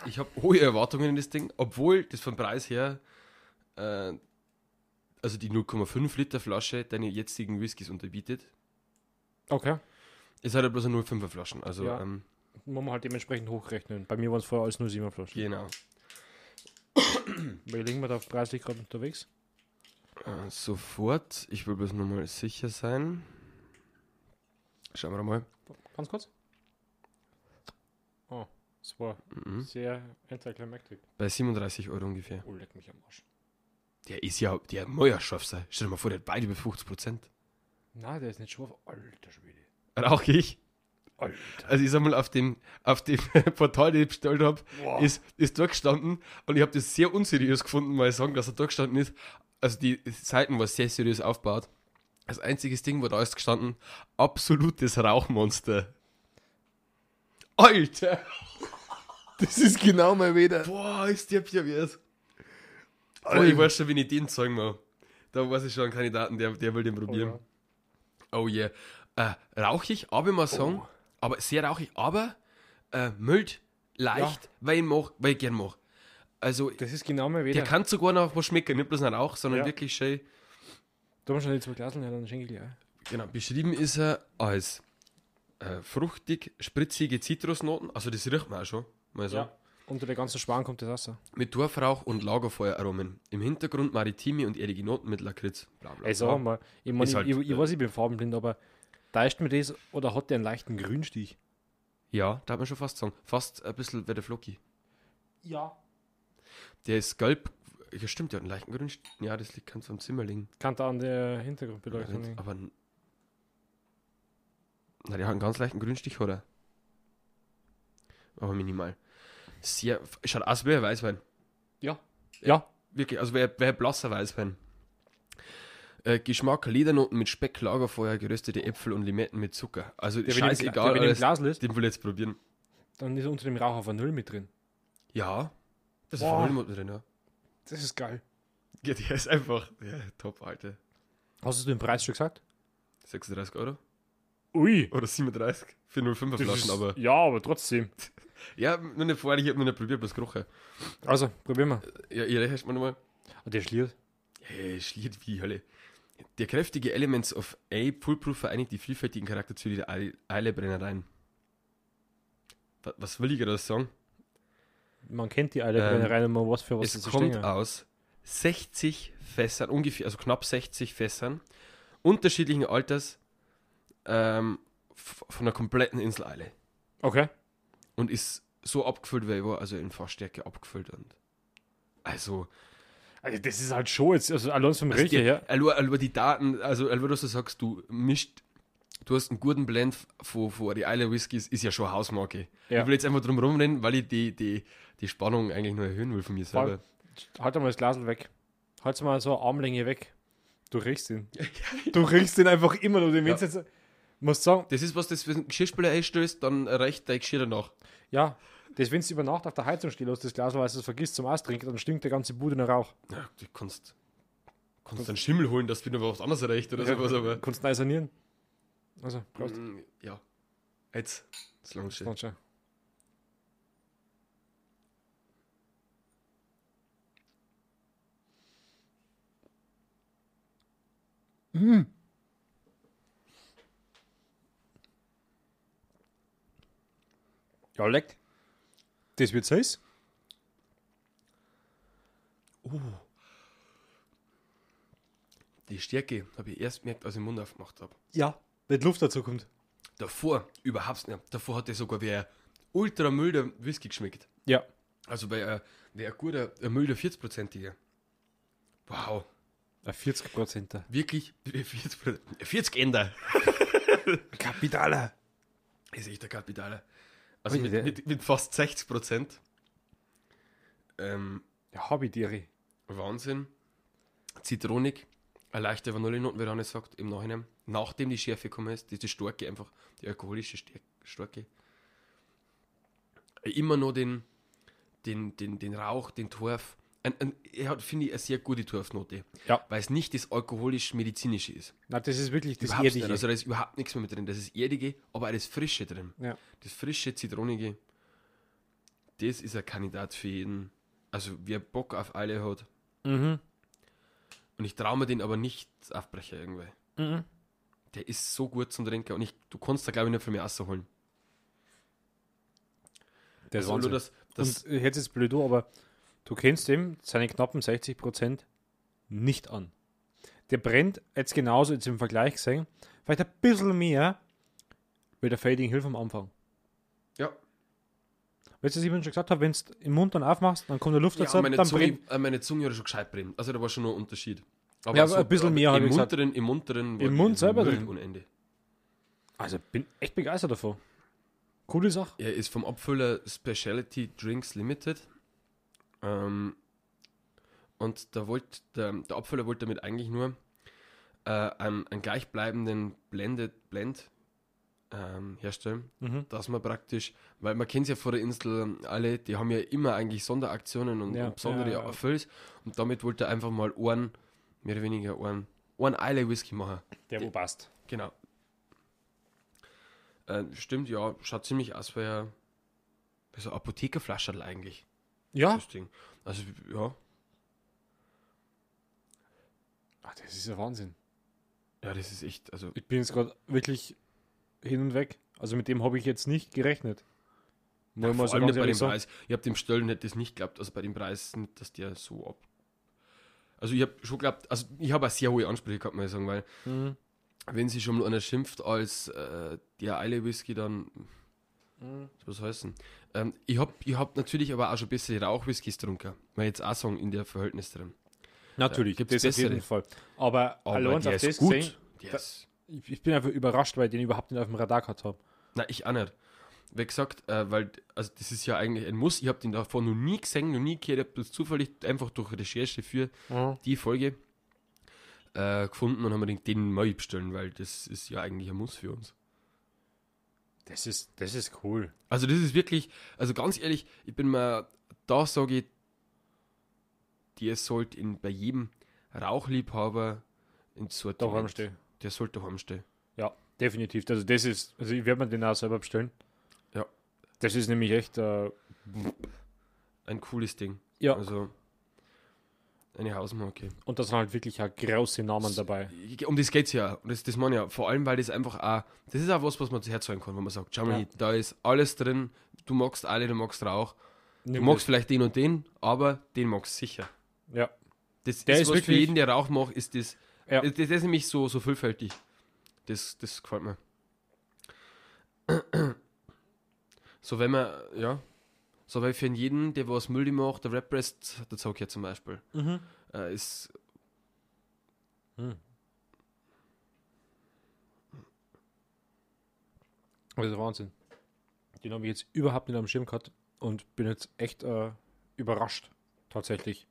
[SPEAKER 1] ich habe hohe Erwartungen in das Ding, obwohl das vom Preis her, äh, also die 0,5 Liter Flasche deine jetzigen Whiskys unterbietet.
[SPEAKER 2] Okay.
[SPEAKER 1] Es hat ja bloß eine 0,5er Flaschen, also
[SPEAKER 2] Ja.
[SPEAKER 1] ähm,
[SPEAKER 2] Muss man halt dementsprechend hochrechnen. Bei mir waren es vorher alles nur 7 Flaschen.
[SPEAKER 1] genau.
[SPEAKER 2] Wie liegen wir da preislich gerade unterwegs?
[SPEAKER 1] Äh, Sofort. Ich will bloß nur mal sicher sein. Schauen wir mal.
[SPEAKER 2] Ganz kurz. Oh, das war
[SPEAKER 1] Mhm.
[SPEAKER 2] sehr anticlimactic.
[SPEAKER 1] Bei 37 Euro ungefähr.
[SPEAKER 2] Oh, leck mich am Arsch.
[SPEAKER 1] Der ist ja, der muss ja scharf sein. Stell dir mal vor, der hat beide bei 50 Prozent.
[SPEAKER 2] Nein, der ist nicht scharf. Alter Schwede.
[SPEAKER 1] Rauche ich.
[SPEAKER 2] Alter.
[SPEAKER 1] Also ich sag mal, auf dem, auf dem Portal, den ich bestellt habe, ist, ist durchgestanden und ich habe das sehr unseriös gefunden, mal sagen, dass er durchgestanden ist. Also die Seiten war sehr seriös aufgebaut. Das einzige Ding, wo da ist gestanden, absolutes Rauchmonster. Alter!
[SPEAKER 3] Das ist genau mein Weder.
[SPEAKER 1] Boah, ist der pervers. Alter, ich weiß schon, wenn ich den zeigen mal. Da weiß ich schon einen Kandidaten, der, der will den probieren. Oh yeah. Äh, rauchig, aber ich muss sagen, aber sehr rauchig, aber äh, mild, leicht, weil ich mach, weil ich gern mach. Also,
[SPEAKER 2] Das ist genau mein
[SPEAKER 1] der
[SPEAKER 2] Weder.
[SPEAKER 1] kann sogar noch was schmecken, nicht bloß ein Rauch, sondern
[SPEAKER 2] Ja.
[SPEAKER 1] wirklich schön.
[SPEAKER 2] Du musst schon die zwei Glaseln her, dann schenke ich dir.
[SPEAKER 1] Genau, beschrieben ist er als äh, fruchtig, spritzige Zitrusnoten, also das riecht man auch schon, mal so.
[SPEAKER 2] Unter der ganzen Schwan kommt das raus.
[SPEAKER 1] Mit Dorfrauch und Lagerfeueraromen. Im Hintergrund maritime und erdige Noten mit Lakritz. Bla, bla,
[SPEAKER 2] Ey, sag mal, Also ich, mein,
[SPEAKER 1] Ist
[SPEAKER 2] ich,
[SPEAKER 1] halt,
[SPEAKER 2] ich, ich
[SPEAKER 1] äh,
[SPEAKER 2] weiß, ich bin farbenblind, aber täuscht mir das oder hat der einen leichten Grünstich?
[SPEAKER 1] Ja, da hat man schon fast sagen. Fast ein bisschen wie der Flocki.
[SPEAKER 2] Ja.
[SPEAKER 1] Der ist gelb. Ja, stimmt, der hat einen leichten Grün. Ja, das liegt ganz am Zimmerling.
[SPEAKER 2] Kann da an der Hintergrundbeleuchtung liegen.
[SPEAKER 1] Aber. n- Na, der hat einen ganz leichten Grünstich, oder? Aber minimal. Sehr. Schaut aus wie ein Weißwein.
[SPEAKER 2] Ja. Ja.
[SPEAKER 1] Wirklich, also wer, wer blasser Weißwein. Äh, Geschmack, Ledernoten mit Speck, Lagerfeuer, geröstete Äpfel und Limetten mit Zucker. Also
[SPEAKER 2] Der, wenn im, Gla-
[SPEAKER 1] scheißegal,
[SPEAKER 2] der, wenn im
[SPEAKER 1] alles,
[SPEAKER 2] Glas ist,
[SPEAKER 1] den will ich jetzt probieren.
[SPEAKER 2] dann ist er unter dem Rauch auf Null mit drin.
[SPEAKER 1] Ja. Das ist ne?
[SPEAKER 2] Boah.
[SPEAKER 1] Vollmut drin, ja.
[SPEAKER 2] Das ist geil.
[SPEAKER 1] Ja, der ist einfach ja, top, Alter.
[SPEAKER 2] Hast du den Preis schon gesagt?
[SPEAKER 1] 36 Euro
[SPEAKER 2] Ui.
[SPEAKER 1] oder 37 für 0,5er Flaschen, aber.
[SPEAKER 2] Ja, aber trotzdem.
[SPEAKER 1] Ja, nur nicht vorher, ich hab noch nicht probiert, bloß gerochen.
[SPEAKER 2] Also, probieren wir.
[SPEAKER 1] Ja, ihr rechnet mal nochmal.
[SPEAKER 2] Ah, der schliert.
[SPEAKER 1] Hey, schliert wie die Hölle. Der kräftige Elements of A Pullproof vereinigt die vielfältigen Charakterzüge der Eile- Eilebrennereien. Wa- Was will ich gerade sagen?
[SPEAKER 2] Man kennt die alle ähm, rein, man weiß für was
[SPEAKER 1] es
[SPEAKER 2] sie
[SPEAKER 1] kommt
[SPEAKER 2] stehen.
[SPEAKER 1] aus 60 Fässern, ungefähr, also knapp 60 Fässern, unterschiedlichen Alters ähm, f- von der kompletten Inseleile.
[SPEAKER 2] Okay.
[SPEAKER 1] und ist so abgefüllt, weil ich war, also in Fahrstärke abgefüllt und also,
[SPEAKER 2] Also, das ist halt schon jetzt, also Alonso vom
[SPEAKER 1] also
[SPEAKER 2] Riecher
[SPEAKER 1] die,
[SPEAKER 2] her.
[SPEAKER 1] Allo, allo die Daten, also allo, dass du sagst, du mischt, du hast einen guten Blend von, von die Isle Whiskys, ist ja schon Hausmarke.
[SPEAKER 2] Ja.
[SPEAKER 1] Ich will jetzt einfach drum rumrennen, weil ich die, die, die Spannung eigentlich nur erhöhen will von mir selber.
[SPEAKER 2] Halt einmal das Glasel weg. Halt mal so eine Armlänge weg. Du riechst ihn. du riechst ihn einfach immer nur. Den ja. jetzt, musst sagen,
[SPEAKER 1] Das ist was, das für einen Geschirrspüler einstößt, dann reicht dein Geschirr danach.
[SPEAKER 2] ja, das, wenn du über Nacht auf der Heizung stehen lässt, das Glas, weil du es vergisst zum Austrinken, dann stinkt der ganze Bude nach Rauch.
[SPEAKER 1] Ja, du kannst, kannst einen Schimmel holen, dass du wieder was anderes erreicht oder sowas, aber
[SPEAKER 2] Kannst du neu sanieren. Also, Prost.
[SPEAKER 1] Mm, ja, jetzt, das langt schon.
[SPEAKER 2] Dann schon. Ja, leckt. Das wird heiß.
[SPEAKER 1] Die Stärke habe ich erst gemerkt, als ich den Mund aufgemacht habe.
[SPEAKER 2] Ja, wenn Luft dazu kommt.
[SPEAKER 1] Davor überhaupt nicht. Davor hat er sogar wie ein ultra milder Whisky geschmeckt.
[SPEAKER 2] Ja.
[SPEAKER 1] Also wie ein, wie ein guter, ein milder 40-prozentiger. Wow,
[SPEAKER 2] Ein 40 Prozent.
[SPEAKER 1] wirklich 40 40 Ender.
[SPEAKER 2] Kapitaler.
[SPEAKER 1] Ist echt der Kapitaler. Also
[SPEAKER 2] Ui,
[SPEAKER 1] mit,
[SPEAKER 2] der-
[SPEAKER 1] mit, mit fast 60 Prozent. Ähm,
[SPEAKER 2] Ja, Hobbytiere.
[SPEAKER 1] Wahnsinn. Zitronik, eine leichte Vanillenoten, wie Rani sagt, im Nachhinein. Nachdem die Schärfe gekommen ist, diese starke, einfach die alkoholische Stär- Stärke. Immer noch den, den, den, den Rauch, den Torf. Ein, ein, er hat, finde ich, eine sehr gute Torfnote.
[SPEAKER 2] Ja.
[SPEAKER 1] Weil es nicht das alkoholisch-medizinische ist.
[SPEAKER 2] Na, das ist wirklich das
[SPEAKER 1] überhaupt nicht.
[SPEAKER 2] Erdige.
[SPEAKER 1] Also da ist überhaupt nichts mehr mit drin. Das ist Erdige, aber auch das Frische drin.
[SPEAKER 2] ja.
[SPEAKER 1] Das frische, zitronige, das ist ein Kandidat für jeden. Also wer Bock auf alle hat,
[SPEAKER 2] Mhm.
[SPEAKER 1] und ich traue mir den aber nicht aufbrecher irgendwie.
[SPEAKER 2] Mhm.
[SPEAKER 1] Der ist so gut zum Trinken und ich, du kannst da glaube ich nicht von mir rausholen.
[SPEAKER 2] Der ist
[SPEAKER 1] Also nur
[SPEAKER 2] Wahnsinn.
[SPEAKER 1] das, das
[SPEAKER 2] und äh, jetzt ist blöd, an, aber Du kennst ihm seine knappen 60% nicht an. Der brennt jetzt genauso jetzt im Vergleich gesehen, vielleicht ein bisschen mehr mit der Fading Hill vom Anfang.
[SPEAKER 1] Ja.
[SPEAKER 2] Weißt du, was ich eben schon gesagt habe, wenn du im Mund dann aufmachst, dann kommt der Luft
[SPEAKER 1] Ja,
[SPEAKER 2] dazu,
[SPEAKER 1] meine,
[SPEAKER 2] dann
[SPEAKER 1] Zunge,
[SPEAKER 2] brennt.
[SPEAKER 1] äh, meine Zunge hat schon gescheit brennt. Also da war schon noch ein Unterschied. Aber
[SPEAKER 2] Ja, aber ein bisschen mehr, hab
[SPEAKER 1] im
[SPEAKER 2] ich gesagt.
[SPEAKER 1] unteren, Im unteren war
[SPEAKER 2] Im Mund
[SPEAKER 1] die
[SPEAKER 2] selber
[SPEAKER 1] Müll
[SPEAKER 2] drin.
[SPEAKER 1] ohne Ende.
[SPEAKER 2] Also bin echt begeistert davon. Coole Sache.
[SPEAKER 1] Er ist vom Abfüller Specialty Drinks Limited. Ähm, und da wollte der, der Abfüller wollte damit eigentlich nur äh, einen, einen gleichbleibenden Blended Blend ähm, herstellen,
[SPEAKER 2] Mhm.
[SPEAKER 1] dass man praktisch, weil man kennt ja vor der Insel alle, die haben ja immer eigentlich Sonderaktionen und,
[SPEAKER 2] Ja,
[SPEAKER 1] und besondere
[SPEAKER 2] ja, ja.
[SPEAKER 1] Erfülls und damit wollte er einfach mal Ohren, mehr oder weniger Ohren, Ohren Eile Whisky machen.
[SPEAKER 2] Der wo passt.
[SPEAKER 1] Genau. Äh, stimmt, ja, schaut ziemlich aus wie ein- wie so eine Apothekerflascherl eigentlich,
[SPEAKER 2] Ja.
[SPEAKER 1] das Ding. Also, ja, Ah,
[SPEAKER 2] Ach, das ist ja Wahnsinn.
[SPEAKER 1] ja, das ist echt, also,
[SPEAKER 2] Ich bin jetzt gerade wirklich hin und weg. Also mit dem habe ich jetzt nicht gerechnet. Muss ich mal
[SPEAKER 1] vor
[SPEAKER 2] so
[SPEAKER 1] allem
[SPEAKER 2] ganz
[SPEAKER 1] nicht bei
[SPEAKER 2] ehrlich
[SPEAKER 1] dem
[SPEAKER 2] sagen.
[SPEAKER 1] Preis. Ich habe dem Stellen hätte das nicht geglaubt, also bei dem Preis nicht, dass der so ab... Also ich habe schon geglaubt, also ich habe auch sehr hohe Ansprüche gehabt, muss ich sagen, weil
[SPEAKER 2] Mhm.
[SPEAKER 1] wenn sich schon mal einer schimpft als äh, der Eile Whisky, dann Was heißt denn? Ähm, ich habe ich hab natürlich aber auch schon bessere Rauchwhiskys getrunken. Weil jetzt auch sagen, in der Verhältnis drin.
[SPEAKER 2] Natürlich,
[SPEAKER 1] Ja,
[SPEAKER 2] das
[SPEAKER 1] gibt's
[SPEAKER 2] auf jeden
[SPEAKER 1] bessere.
[SPEAKER 2] Fall. Aber,
[SPEAKER 1] Aber
[SPEAKER 2] allein auf
[SPEAKER 1] der
[SPEAKER 2] das
[SPEAKER 1] ist
[SPEAKER 2] gesehen,
[SPEAKER 1] gut. Der
[SPEAKER 2] da-
[SPEAKER 1] ist,
[SPEAKER 2] ich, ich bin einfach überrascht, weil ich den überhaupt nicht auf dem Radar gehabt habe.
[SPEAKER 1] nein, ich auch nicht. Wie gesagt, äh, weil also das ist ja eigentlich ein Muss. Ich habe den davor noch nie gesehen, noch nie gehört. Ich habe das zufällig einfach durch Recherche für die Folge äh, gefunden und haben mir gedacht, den mal bestellen, weil das ist ja eigentlich ein Muss für uns.
[SPEAKER 2] Das ist, das ist cool.
[SPEAKER 1] Also das ist wirklich, also ganz ehrlich, ich bin mir, da sage ich, der sollte in, bei jedem Rauchliebhaber in so
[SPEAKER 2] Da warm stehen.
[SPEAKER 1] Der sollte daheim stehen.
[SPEAKER 2] Ja, definitiv. Also das ist, also ich werde mir den auch selber bestellen.
[SPEAKER 1] Ja.
[SPEAKER 2] Das ist nämlich echt, äh,
[SPEAKER 1] Ein cooles Ding.
[SPEAKER 2] ja,
[SPEAKER 1] Also eine Hausmarke.
[SPEAKER 2] und da sind halt wirklich auch große Namen dabei.
[SPEAKER 1] Um das geht's ja. Und das, das meine ich ja. Vor allem, weil das einfach auch, das ist auch was, was man herzeigen kann, wenn man sagt, schau mal,
[SPEAKER 2] Ja.
[SPEAKER 1] hier, da ist alles drin, du magst alle, du magst Rauch. Du
[SPEAKER 2] Nimm
[SPEAKER 1] magst vielleicht den und den, aber den magst du sicher.
[SPEAKER 2] das. Ja.
[SPEAKER 1] Das
[SPEAKER 2] Der
[SPEAKER 1] ist,
[SPEAKER 2] ist
[SPEAKER 1] was
[SPEAKER 2] wirklich-
[SPEAKER 1] für jeden, der Rauch macht, ist das.
[SPEAKER 2] Ja.
[SPEAKER 1] Das, das ist nämlich so, so vielfältig. Das, das gefällt mir. So, wenn man, ja. So, weil für jeden, der was Müll macht, der Rap-Rest, der Zock hier zum Beispiel, äh, ist.
[SPEAKER 2] Hm. Also Wahnsinn. Den habe ich jetzt überhaupt nicht am Schirm gehabt und bin jetzt echt äh, überrascht. Tatsächlich.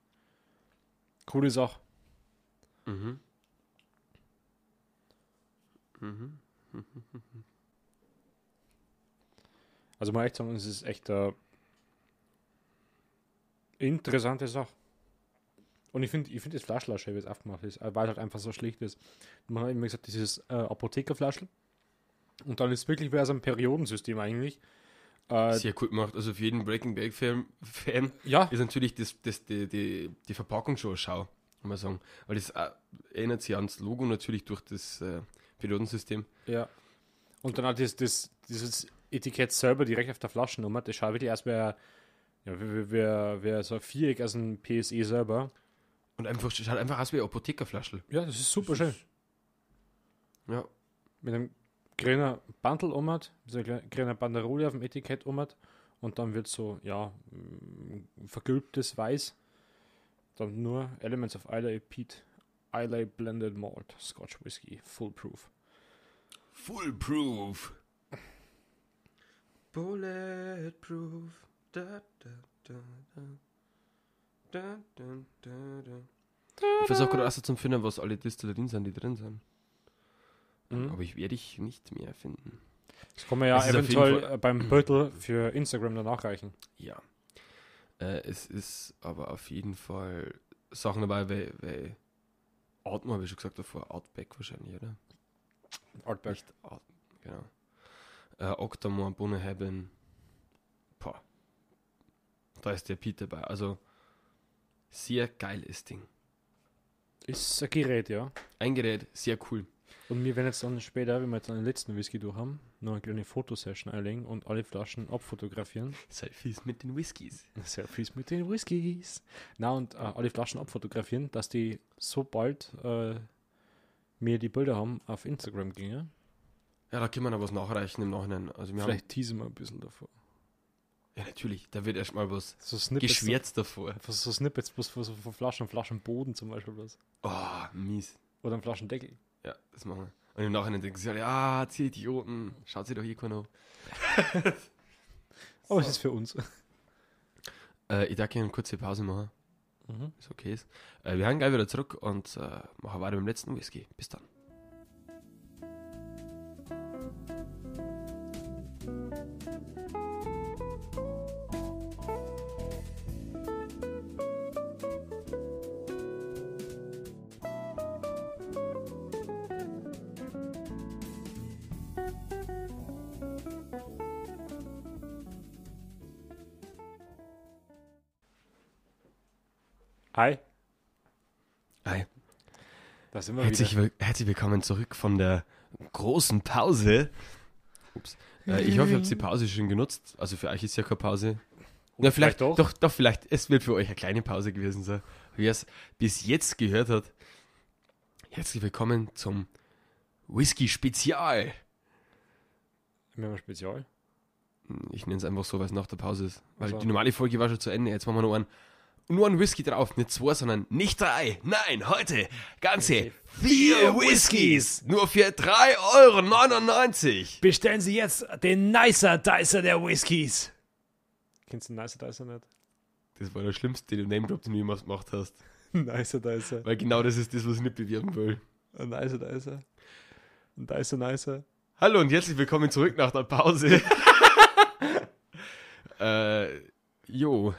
[SPEAKER 2] Coole Sache.
[SPEAKER 1] Mhm.
[SPEAKER 2] Also mal echt sagen, es ist echt eine interessante Sache. Und ich finde, ich finde das Flaschel auch schön, wie es aufgemacht ist, weil es halt einfach so schlicht ist. Man hat immer gesagt, dieses äh, Apothekerflaschel. Und dann ist es wirklich wie aus einem Periodensystem eigentlich. Äh,
[SPEAKER 1] Sehr cool gemacht. Also, für jeden Breaking Bad-Fan Fan
[SPEAKER 2] ja,
[SPEAKER 1] ist natürlich das, das, die, die, die Verpackung schon eine Schau, kann man sagen. Weil das äh, erinnert sich ans Logo natürlich durch das äh, Periodensystem.
[SPEAKER 2] Ja. Und dann hat das, das, dieses Etikett selber direkt auf der Flaschennummer. Das schaut wirklich erst wie, ein- ja, wie, wie, wie, wie so ein Viereck aus dem PSE selber.
[SPEAKER 1] Und einfach, schaut einfach aus wie eine Apothekerflaschel.
[SPEAKER 2] Ja, das ist super schön.
[SPEAKER 1] Ja.
[SPEAKER 2] Mit einem grünen Bandel um hat, so eine kleine- grüne Banderole auf dem Etikett um hat. Und dann wird so, ja, mm, vergilbtes Weiß. Dann nur Elements of Islay Peat, Islay Blended Malt, Scotch Whisky, Foolproof.
[SPEAKER 1] Foolproof. Bulletproof. Da, da, da, da. Da, da, da, da. Ich versuche gerade erst zu finden, was alle Destillerien sind, die drin sind.
[SPEAKER 2] Mhm.
[SPEAKER 1] Aber ich werde ich nicht mehr finden.
[SPEAKER 2] Das kann man ja
[SPEAKER 1] Es ist auf jeden
[SPEAKER 2] eventuell
[SPEAKER 1] Fall-
[SPEAKER 2] äh, beim Beutel für Instagram dann nachreichen.
[SPEAKER 1] Ja. Äh, es ist aber auf jeden Fall Sachen dabei, weil, weil Atmo habe ich schon gesagt davor, Outback wahrscheinlich, oder?
[SPEAKER 2] Artberg.
[SPEAKER 1] Nicht Out, genau. Äh, Octamore, Bonnehaben. Boah. Da ist der Pete dabei. Also, sehr geiles Ding.
[SPEAKER 2] Ist ein Gerät, ja.
[SPEAKER 1] Ein Gerät, sehr cool.
[SPEAKER 2] Und wir werden jetzt dann später, wenn wir jetzt den letzten Whisky durch haben, noch eine kleine Fotosession einlegen und alle Flaschen abfotografieren.
[SPEAKER 1] Selfies mit den Whiskys.
[SPEAKER 2] Selfies mit den Whiskys. Na, und äh, alle Flaschen abfotografieren, dass die sobald äh, mir die Bilder haben, auf Instagram gingen.
[SPEAKER 1] Ja, da können wir noch was nachreichen im Nachhinein. Also wir
[SPEAKER 2] Vielleicht teasen wir ein bisschen davor.
[SPEAKER 1] haben, ja natürlich, da wird erstmal was
[SPEAKER 2] So Snippets.
[SPEAKER 1] geschwärzt davor.
[SPEAKER 2] So, so Snippets bloß von, so von Flaschen, Flaschenboden zum Beispiel bloß.
[SPEAKER 1] Oh, mies.
[SPEAKER 2] Oder ein Flaschendeckel.
[SPEAKER 1] Ja, das machen wir. Und im Nachhinein denken sie, alle, ja, zieht Idioten, schaut sie doch hier keiner an.
[SPEAKER 2] Aber es ist für uns.
[SPEAKER 1] Äh, ich darf gerne eine kurze Pause machen,
[SPEAKER 4] Mhm.
[SPEAKER 1] ist okay ist. Äh, wir haben gleich wieder zurück und äh, machen weiter mit dem letzten Whisky. Bis dann.
[SPEAKER 2] Hi,
[SPEAKER 1] Hi.
[SPEAKER 2] da sind wir
[SPEAKER 1] Herzlich,
[SPEAKER 2] wieder.
[SPEAKER 1] will herzlich willkommen zurück von der großen Pause. Ups. Äh, ich hoffe, ihr habt die Pause schon genutzt. Also für euch ist ja keine Pause. Na, vielleicht,
[SPEAKER 2] vielleicht doch.
[SPEAKER 1] doch. doch. Doch, vielleicht. Es wird für euch eine kleine Pause gewesen sein. Wer es bis jetzt gehört hat, herzlich willkommen zum Whisky-Spezial.
[SPEAKER 2] Wir haben ein Spezial.
[SPEAKER 1] Ich nenne es einfach so, weil es nach der Pause ist. Weil
[SPEAKER 2] Also.
[SPEAKER 1] die normale Folge war schon zu Ende. Jetzt machen wir nur einen, nur einen Whisky drauf. Nicht zwei, sondern nicht drei. Nein, heute ganze vier Whiskys. Nur für 3,99 Euro.
[SPEAKER 4] Bestellen Sie jetzt den Nicer Dicer der Whiskys.
[SPEAKER 2] Kennst du Nicer Dicer nicht?
[SPEAKER 1] Das war der schlimmste Name-Drop, den du jemals gemacht hast.
[SPEAKER 2] Nicer Dicer.
[SPEAKER 1] Weil genau das ist das, was ich nicht bewerben will.
[SPEAKER 2] Ein Äh, Nicer Dicer. Ein Dicer Nicer.
[SPEAKER 1] Hallo und herzlich willkommen zurück nach der Pause. äh, jo,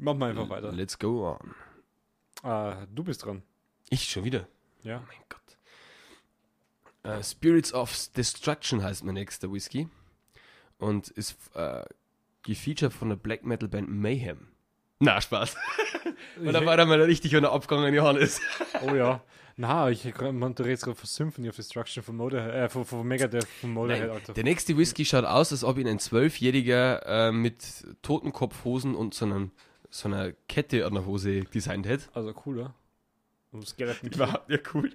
[SPEAKER 2] Mach mal einfach weiter.
[SPEAKER 1] let's go on.
[SPEAKER 2] Ah, du bist dran.
[SPEAKER 1] Ich schon wieder.
[SPEAKER 2] Ja.
[SPEAKER 1] Mein Gott. Äh, Spirits of Destruction heißt mein nächster Whisky und ist äh, gefeatured von der Black Metal Band Mayhem. Na, Spaß. Und da war da mal richtig unter Abgang Johannes.
[SPEAKER 2] Oh ja. Na, ich man, du redest gerade von Symphony of Destruction von Motorhead, äh, von, von Megadeth von Motorhead,
[SPEAKER 1] Nein,
[SPEAKER 2] Alter.
[SPEAKER 1] der nächste Whisky schaut aus, als ob ihn ein Zwölfjähriger äh, mit Totenkopfhosen und so, einem, so einer Kette an der Hose designt hätte.
[SPEAKER 2] Also cooler. Um Skeleton.
[SPEAKER 1] Überhaupt nicht cool.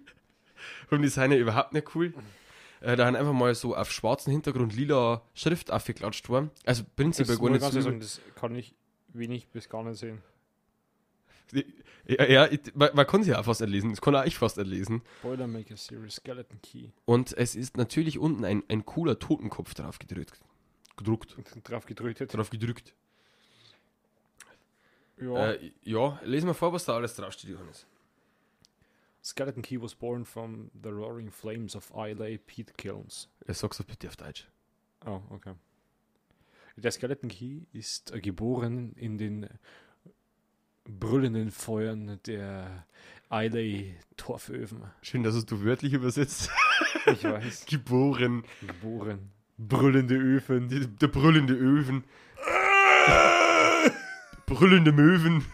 [SPEAKER 1] Vom Design her überhaupt nicht cool. Äh, da haben einfach mal so auf schwarzen Hintergrund lila Schrift aufgeklatscht worden. Also
[SPEAKER 2] Das,
[SPEAKER 1] prinzipiell gar
[SPEAKER 2] muss ich
[SPEAKER 1] nicht
[SPEAKER 2] ganz
[SPEAKER 1] so
[SPEAKER 2] ehrlich sagen, das kann ich wenig bis gar nicht sehen.
[SPEAKER 1] Ja, ja ich, man, man kann sie ja auch fast erlesen. Das kann auch ich fast erlesen.
[SPEAKER 2] Boilermaker Series Skeleton Key.
[SPEAKER 1] Und es ist natürlich unten ein, ein cooler Totenkopf drauf gedrückt. Gedruckt.
[SPEAKER 2] Drauf gedrückt hätte.
[SPEAKER 1] Drauf gedrückt.
[SPEAKER 2] Ja.
[SPEAKER 1] Äh, ja, lesen wir vor, was da alles draufsteht, Johannes.
[SPEAKER 2] Skeleton Key was born from the roaring flames of Islay Pete Kilns.
[SPEAKER 1] Er sagt es bitte auf Deutsch.
[SPEAKER 2] Oh, okay. Der Skeleton Key ist äh, geboren in den brüllenden Feuern der Islay Torföfen.
[SPEAKER 1] Schön, dass es du wörtlich übersetzt.
[SPEAKER 2] Ich weiß.
[SPEAKER 1] Geboren.
[SPEAKER 2] geboren.
[SPEAKER 1] Brüllende Öfen. Der, der brüllende Öfen. brüllende Möwen.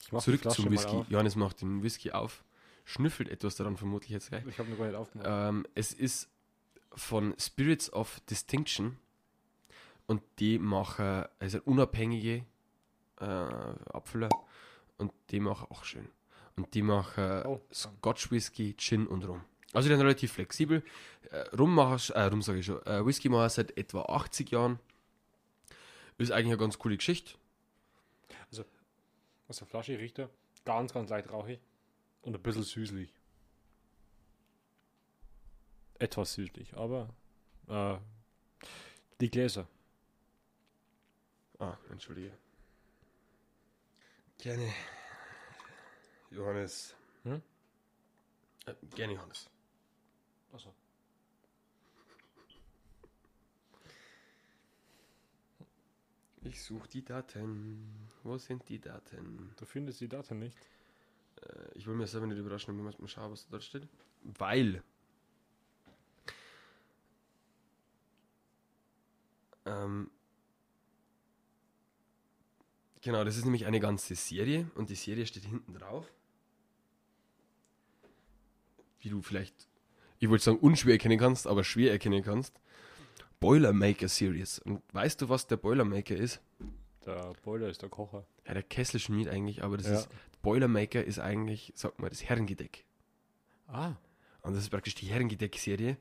[SPEAKER 2] Ich mach die
[SPEAKER 1] Zurück
[SPEAKER 2] Flasche
[SPEAKER 1] zum
[SPEAKER 2] mal
[SPEAKER 1] Whisky.
[SPEAKER 2] auf.
[SPEAKER 1] Johannes macht den Whisky auf. Schnüffelt etwas daran, vermutlich jetzt gleich.
[SPEAKER 2] Ich habe noch gar nicht aufgemacht.
[SPEAKER 1] Ähm, es ist von Spirits of Distinction und die machen, also unabhängige äh, Abfüller und die machen auch schön. Und die machen äh,
[SPEAKER 2] Oh.
[SPEAKER 1] Scotch Whisky, Gin und Rum. Also die sind relativ flexibel. Äh, Rum machen, sch- äh, Rum sage ich schon, äh, Whisky machen seit etwa 80 Jahren. Ist eigentlich eine ganz coole Geschichte.
[SPEAKER 2] Aus der Flasche riecht er ganz, ganz leicht rauchig und ein bisschen süßlich. Etwas süßlich, aber äh, die Gläser.
[SPEAKER 1] Ah, entschuldige. Gerne. Johannes.
[SPEAKER 2] Hm?
[SPEAKER 1] Äh, gerne, Johannes.
[SPEAKER 2] Achso.
[SPEAKER 1] Ich suche die Daten. Wo sind die Daten?
[SPEAKER 2] Du findest die Daten nicht.
[SPEAKER 1] Äh, Ich will mir selber nicht überraschen, wenn ich mal schauen, was da dort steht. Weil. Ähm, genau, das ist nämlich eine ganze Serie und die Serie steht hinten drauf. wie du vielleicht, ich wollte sagen, unschwer erkennen kannst, aber schwer erkennen kannst. Boilermaker Series. Und weißt du, was der Boilermaker ist?
[SPEAKER 2] Der Boiler ist der Kocher.
[SPEAKER 1] Ja, der Kessel schmied eigentlich, aber das
[SPEAKER 2] Ja.
[SPEAKER 1] ist, Boilermaker ist eigentlich, sag mal, das Herrengedeck.
[SPEAKER 2] Ah.
[SPEAKER 1] Und das ist praktisch die Herrengedeck-Serie.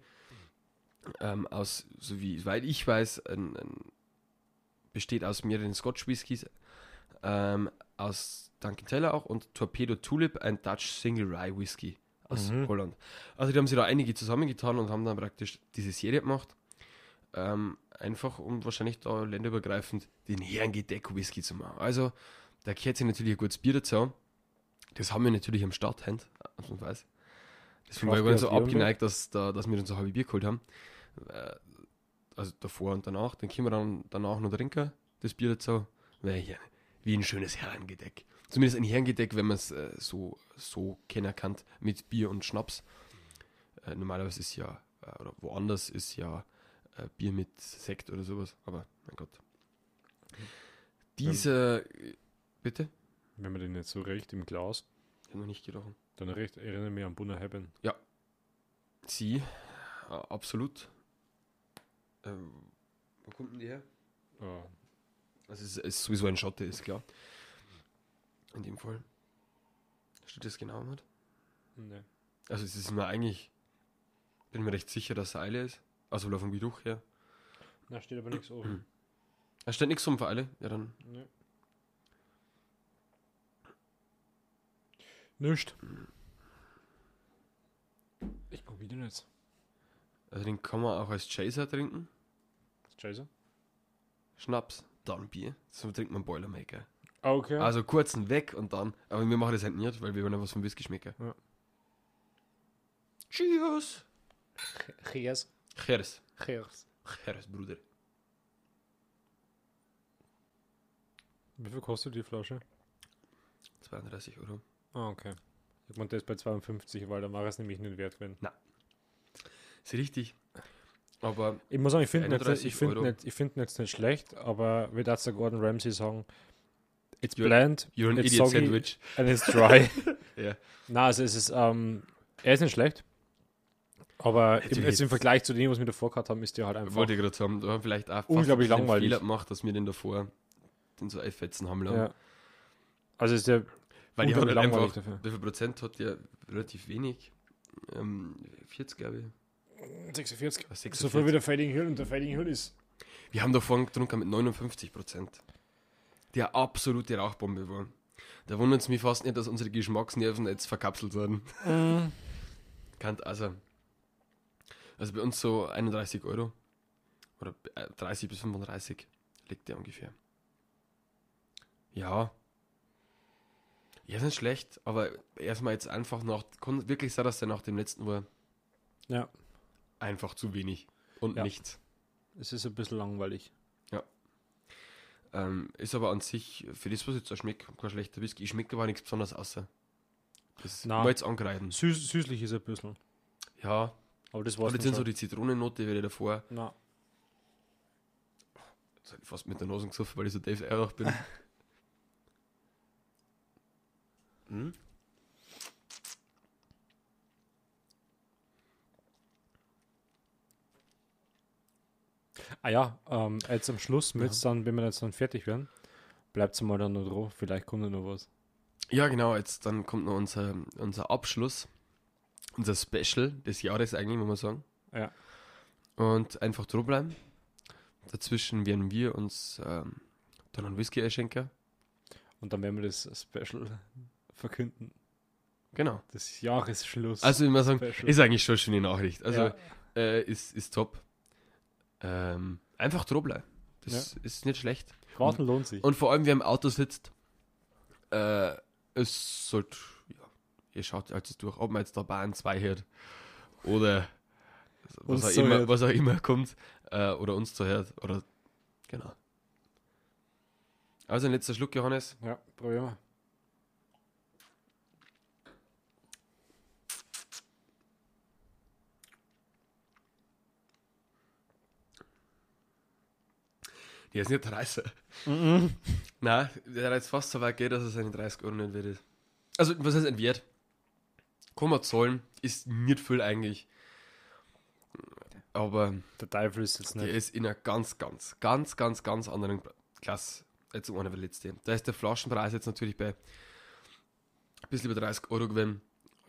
[SPEAKER 1] Ähm, aus, so wie, weil ich weiß, ein, ein, besteht aus mehreren Scotch Whiskys, ähm, aus Duncan Teller auch und Torpedo Tulip, ein Dutch Single Rye Whisky aus
[SPEAKER 2] Mhm.
[SPEAKER 1] Holland. Also, die haben sich da einige zusammengetan und haben dann praktisch diese Serie gemacht. Ähm, einfach, um wahrscheinlich da länderübergreifend den Herrengedeck-Whisky zu machen. Also, da gehört sich natürlich ein gutes Bier dazu. Das haben wir natürlich am Start, hand, man weiß. Deswegen war ich gar nicht so
[SPEAKER 2] Craft Beer aus
[SPEAKER 1] abgeneigt, dass, da, dass wir uns so halbe Bier geholt haben. Äh, Also davor und danach. Dann können wir dann danach noch trinken, das Bier dazu. Wäre hier wie ein schönes Herrengedeck. Zumindest ein Herrengedeck, wenn man es äh, so, so kennen kann, mit Bier und Schnaps. Äh, normalerweise ist ja, äh, oder woanders ist ja äh, Bier mit Sekt oder sowas. Aber mein Gott. Diese, äh, bitte?
[SPEAKER 2] Wenn man den jetzt so riecht im Glas,
[SPEAKER 1] Ich habe noch nicht gerochen.
[SPEAKER 2] dann riecht, erinnere mich an Bunner Heaven.
[SPEAKER 1] Sie, äh, absolut. Ähm, wo kommt denn die her?
[SPEAKER 2] Ah,
[SPEAKER 1] Also es ist, es ist sowieso ein Schotte, ist klar. In dem Fall. Steht das genau mit?
[SPEAKER 2] ne.
[SPEAKER 1] Also es ist mir eigentlich, bin mir recht sicher, dass er Eile ist. Also oder vom Geruch her.
[SPEAKER 2] Na, steht aber nichts oben.
[SPEAKER 1] Er steht nichts um für Eile. Ja, dann
[SPEAKER 2] Ne. Nicht. Ich probiere den jetzt.
[SPEAKER 1] Also den kann man auch als Chaser trinken.
[SPEAKER 2] Scheiße.
[SPEAKER 1] Schnaps, dann Bier. So trinkt man Boilermaker.
[SPEAKER 2] Ah, okay.
[SPEAKER 1] Also kurzen weg und dann. Aber wir machen das halt nicht, weil wir wollen ja was vom Whisky schmecken.
[SPEAKER 2] Ja.
[SPEAKER 1] Cheers!
[SPEAKER 2] Cheers.
[SPEAKER 1] Cheers.
[SPEAKER 2] Cheers.
[SPEAKER 1] Cheers, Bruder.
[SPEAKER 2] Wie viel kostet die Flasche?
[SPEAKER 1] 32 Euro.
[SPEAKER 2] Ah, okay. Ich meine, das bei 52, weil dann war es nämlich nicht wert, wenn.
[SPEAKER 1] Ist richtig. Aber
[SPEAKER 2] Ich muss sagen, ich finde ihn jetzt,
[SPEAKER 1] 31
[SPEAKER 2] ich find
[SPEAKER 1] Euro.
[SPEAKER 2] ihn jetzt, ich find ihn jetzt nicht schlecht, aber wie darf der Gordon Ramsay sagen, it's
[SPEAKER 1] You're-
[SPEAKER 2] bland,
[SPEAKER 1] you're an
[SPEAKER 2] it's
[SPEAKER 1] idiot
[SPEAKER 2] soggy
[SPEAKER 1] sandwich.
[SPEAKER 2] and it's dry.
[SPEAKER 1] Ja.
[SPEAKER 2] Na, also es ist, ähm, er ist nicht schlecht, aber im,
[SPEAKER 1] Natürlich
[SPEAKER 2] jetzt im
[SPEAKER 1] jetzt-
[SPEAKER 2] Vergleich zu dem, was wir davor gehabt haben, ist der halt einfach.
[SPEAKER 1] wollte ich gerade sagen, wir haben vielleicht auch fast
[SPEAKER 2] Unglaublich
[SPEAKER 1] ein bisschen
[SPEAKER 2] langweilig.
[SPEAKER 1] Fehler gemacht, dass wir den davor den so einfetzen haben lassen.
[SPEAKER 2] ja. Also ist der,
[SPEAKER 1] Weil die haben halt
[SPEAKER 2] Unglaublich langweilig
[SPEAKER 1] einfach,
[SPEAKER 2] dafür.
[SPEAKER 1] wie viel Prozent hat der? Relativ wenig. Ähm, 40, glaube ich.
[SPEAKER 2] 46.
[SPEAKER 1] Oder
[SPEAKER 2] So viel
[SPEAKER 1] 46.
[SPEAKER 2] wie der Fading Hill und der Fading Hill ist.
[SPEAKER 1] Wir haben da vorhin getrunken mit 59 Prozent. Der absolute Rauchbombe war. Da wundert es mich fast nicht, dass unsere Geschmacksnerven jetzt verkapselt wurden.
[SPEAKER 2] Äh.
[SPEAKER 1] Kann also. Also bei uns so 31 Euro. Oder äh, 30 bis 35 liegt der ungefähr. Ja. Ja, ist nicht schlecht, aber erstmal jetzt einfach noch. Kann wirklich sein, dass der nach dem letzten war
[SPEAKER 2] Ja,
[SPEAKER 1] einfach zu wenig und
[SPEAKER 2] Ja.
[SPEAKER 1] nichts.
[SPEAKER 2] es ist ein bisschen langweilig.
[SPEAKER 1] Ähm, ist aber an sich, für das, was ich jetzt auch schmeckt, kein schlechter Whisky. Ich schmecke aber nichts Besonderes außer. Das
[SPEAKER 2] Na.
[SPEAKER 1] mal jetzt angreifen.
[SPEAKER 2] Süß, süßlich ist er ein bisschen,
[SPEAKER 1] Ja,
[SPEAKER 2] aber das
[SPEAKER 1] aber
[SPEAKER 2] war's dann
[SPEAKER 1] jetzt sind so
[SPEAKER 2] schon.
[SPEAKER 1] die Zitronennote, weil ich davor
[SPEAKER 2] Na,
[SPEAKER 1] jetzt hab ich fast mit der Nase gesoffen, weil ich so Dave Ehrlich bin. hm?
[SPEAKER 2] Ah ja, ähm, jetzt am Schluss, mit dann, wenn wir jetzt dann fertig werden, bleibt mal dann noch drauf. Vielleicht kommt da noch was.
[SPEAKER 1] Ja, genau, jetzt dann kommt noch unser, unser Abschluss, unser Special des Jahres eigentlich, muss man sagen.
[SPEAKER 2] Ja.
[SPEAKER 1] Und einfach dran bleiben. Dazwischen werden wir uns ähm, dann einen Whisky einschenken.
[SPEAKER 2] Und dann werden wir das Special verkünden.
[SPEAKER 1] Genau.
[SPEAKER 2] Das Jahresschluss.
[SPEAKER 1] Also immer sagen,
[SPEAKER 2] Special.
[SPEAKER 1] ist eigentlich schon eine schöne Nachricht. Also
[SPEAKER 2] Ja.
[SPEAKER 1] äh, ist, ist top. Ähm, einfach Trobler. Das ist nicht schlecht.
[SPEAKER 2] Warten lohnt sich.
[SPEAKER 1] Und vor allem, wer im Auto sitzt, äh, es sollte, ja, ihr schaut halt jetzt durch, ob man jetzt da Bahn 2 hört oder was
[SPEAKER 2] Uns
[SPEAKER 1] auch,
[SPEAKER 2] so
[SPEAKER 1] immer,
[SPEAKER 2] hört.
[SPEAKER 1] was auch immer kommt äh, oder uns zuhört oder genau. Also ein letzter Schluck, Johannes.
[SPEAKER 2] Ja, probieren wir.
[SPEAKER 1] Der ist nicht 30. Nein, der hat jetzt fast so weit geht, dass er seine 30 Euro nicht wert ist. Also, was heißt ein Wert? Kommerzollen ist nicht viel eigentlich. Aber
[SPEAKER 2] Der Teufel ist jetzt
[SPEAKER 1] der
[SPEAKER 2] nicht.
[SPEAKER 1] ist in einer ganz, ganz, ganz, ganz, ganz anderen Klasse als ohne der letzte. Da ist der Flaschenpreis jetzt natürlich bei ein bisschen über 30 Euro gewesen.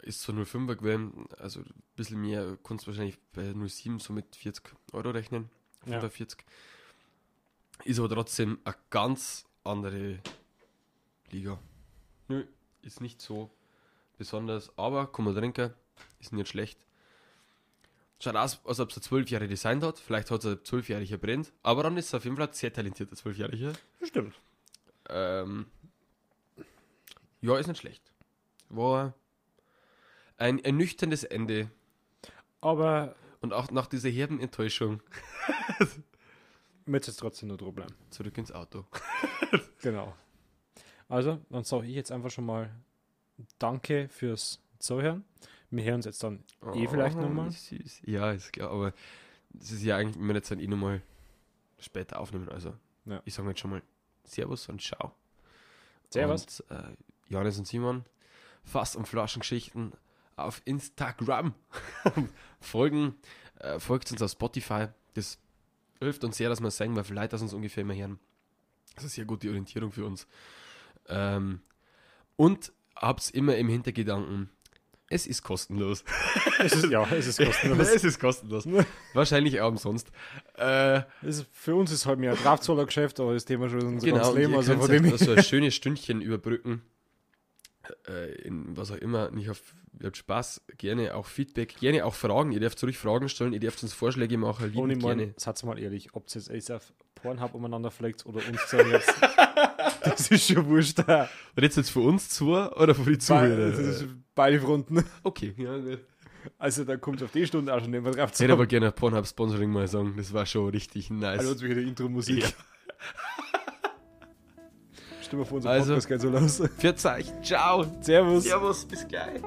[SPEAKER 1] Ist so 05er gewesen. Also ein bisschen mehr kannst du wahrscheinlich bei 07 so mit 40 Euro rechnen.
[SPEAKER 2] Ja.
[SPEAKER 1] 45. Ist aber trotzdem eine ganz andere Liga. Nö, ist nicht so besonders, aber kann man trinken, ist nicht schlecht. Schaut aus, als ob es ein 12 Jahre designt hat. Vielleicht hat es ein 12-Jähriger brennt, aber dann ist es auf jeden Fall ein sehr talentierter 12-Jähriger.
[SPEAKER 2] Stimmt.
[SPEAKER 1] Ähm, ja, ist nicht schlecht. War ein ernüchterndes Ende
[SPEAKER 2] Aber
[SPEAKER 1] und auch nach dieser herben Enttäuschung
[SPEAKER 2] mit jetzt trotzdem nur drüber bleiben.
[SPEAKER 1] zurück ins Auto.
[SPEAKER 2] Genau. Also, dann sage ich jetzt einfach schon mal Danke fürs Zuhören. Wir hören uns jetzt dann eh vielleicht
[SPEAKER 1] Oh,
[SPEAKER 2] nochmal.
[SPEAKER 1] ist Süß. Ja, ist klar, aber es ist ja eigentlich immer jetzt dann eh nochmal später aufnehmen. Also,
[SPEAKER 2] Ja.
[SPEAKER 1] ich sage jetzt schon mal Servus und Ciao.
[SPEAKER 2] Servus.
[SPEAKER 1] Und, äh, Johannes und Simon, Fass- und Flaschengeschichten auf Instagram. Folgen, äh, folgt uns auf Spotify. Das hilft uns sehr, dass wir es sehen, weil vielleicht das uns ungefähr immer hören. Das ist sehr gute Orientierung für uns. Ähm, und habt's immer im Hintergedanken, es ist kostenlos.
[SPEAKER 2] Es ist, ja, es ist kostenlos. Ne.
[SPEAKER 1] es ist kostenlos. Wahrscheinlich auch umsonst. Äh,
[SPEAKER 2] Es ist, für uns ist halt mehr Kraftzoller-Geschäft, aber das Thema schon unser
[SPEAKER 1] genau,
[SPEAKER 2] ganzes
[SPEAKER 1] und
[SPEAKER 2] Leben.
[SPEAKER 1] ihr
[SPEAKER 2] Also
[SPEAKER 1] könnt
[SPEAKER 2] von
[SPEAKER 1] euch
[SPEAKER 2] dem
[SPEAKER 1] da so ein schönes Stündchen überbrücken. Äh, in was auch immer. Und ich hoffe, ihr habt Spaß. Gerne auch Feedback, gerne auch Fragen. Ihr dürft zurück Fragen stellen, ihr dürft uns Vorschläge machen.
[SPEAKER 2] Und
[SPEAKER 1] Lieben
[SPEAKER 2] ich
[SPEAKER 1] gerne.
[SPEAKER 2] meine, seid mal ehrlich, ob es jetzt auf Pornhub umeinander fliegt oder uns zuhört, das ist schon wurscht.
[SPEAKER 1] Redst jetzt für uns zu oder für die
[SPEAKER 2] das ist
[SPEAKER 1] Zuhörer?
[SPEAKER 2] beide Fronten.
[SPEAKER 1] Okay. Ja, gut.
[SPEAKER 2] Also da kommt auf die Stunde auch schon jemand drauf
[SPEAKER 1] Ich hätte aber gerne Pornhub-Sponsoring mal sagen. Das war schon richtig nice.
[SPEAKER 2] Hallo, jetzt wieder die Intro-Musik.
[SPEAKER 1] Ja.
[SPEAKER 2] Stimme vor unser
[SPEAKER 1] Also-
[SPEAKER 2] Podcast geht so los.
[SPEAKER 1] Pfiat euch. Ciao.
[SPEAKER 2] Servus.
[SPEAKER 1] Servus. Bis gleich.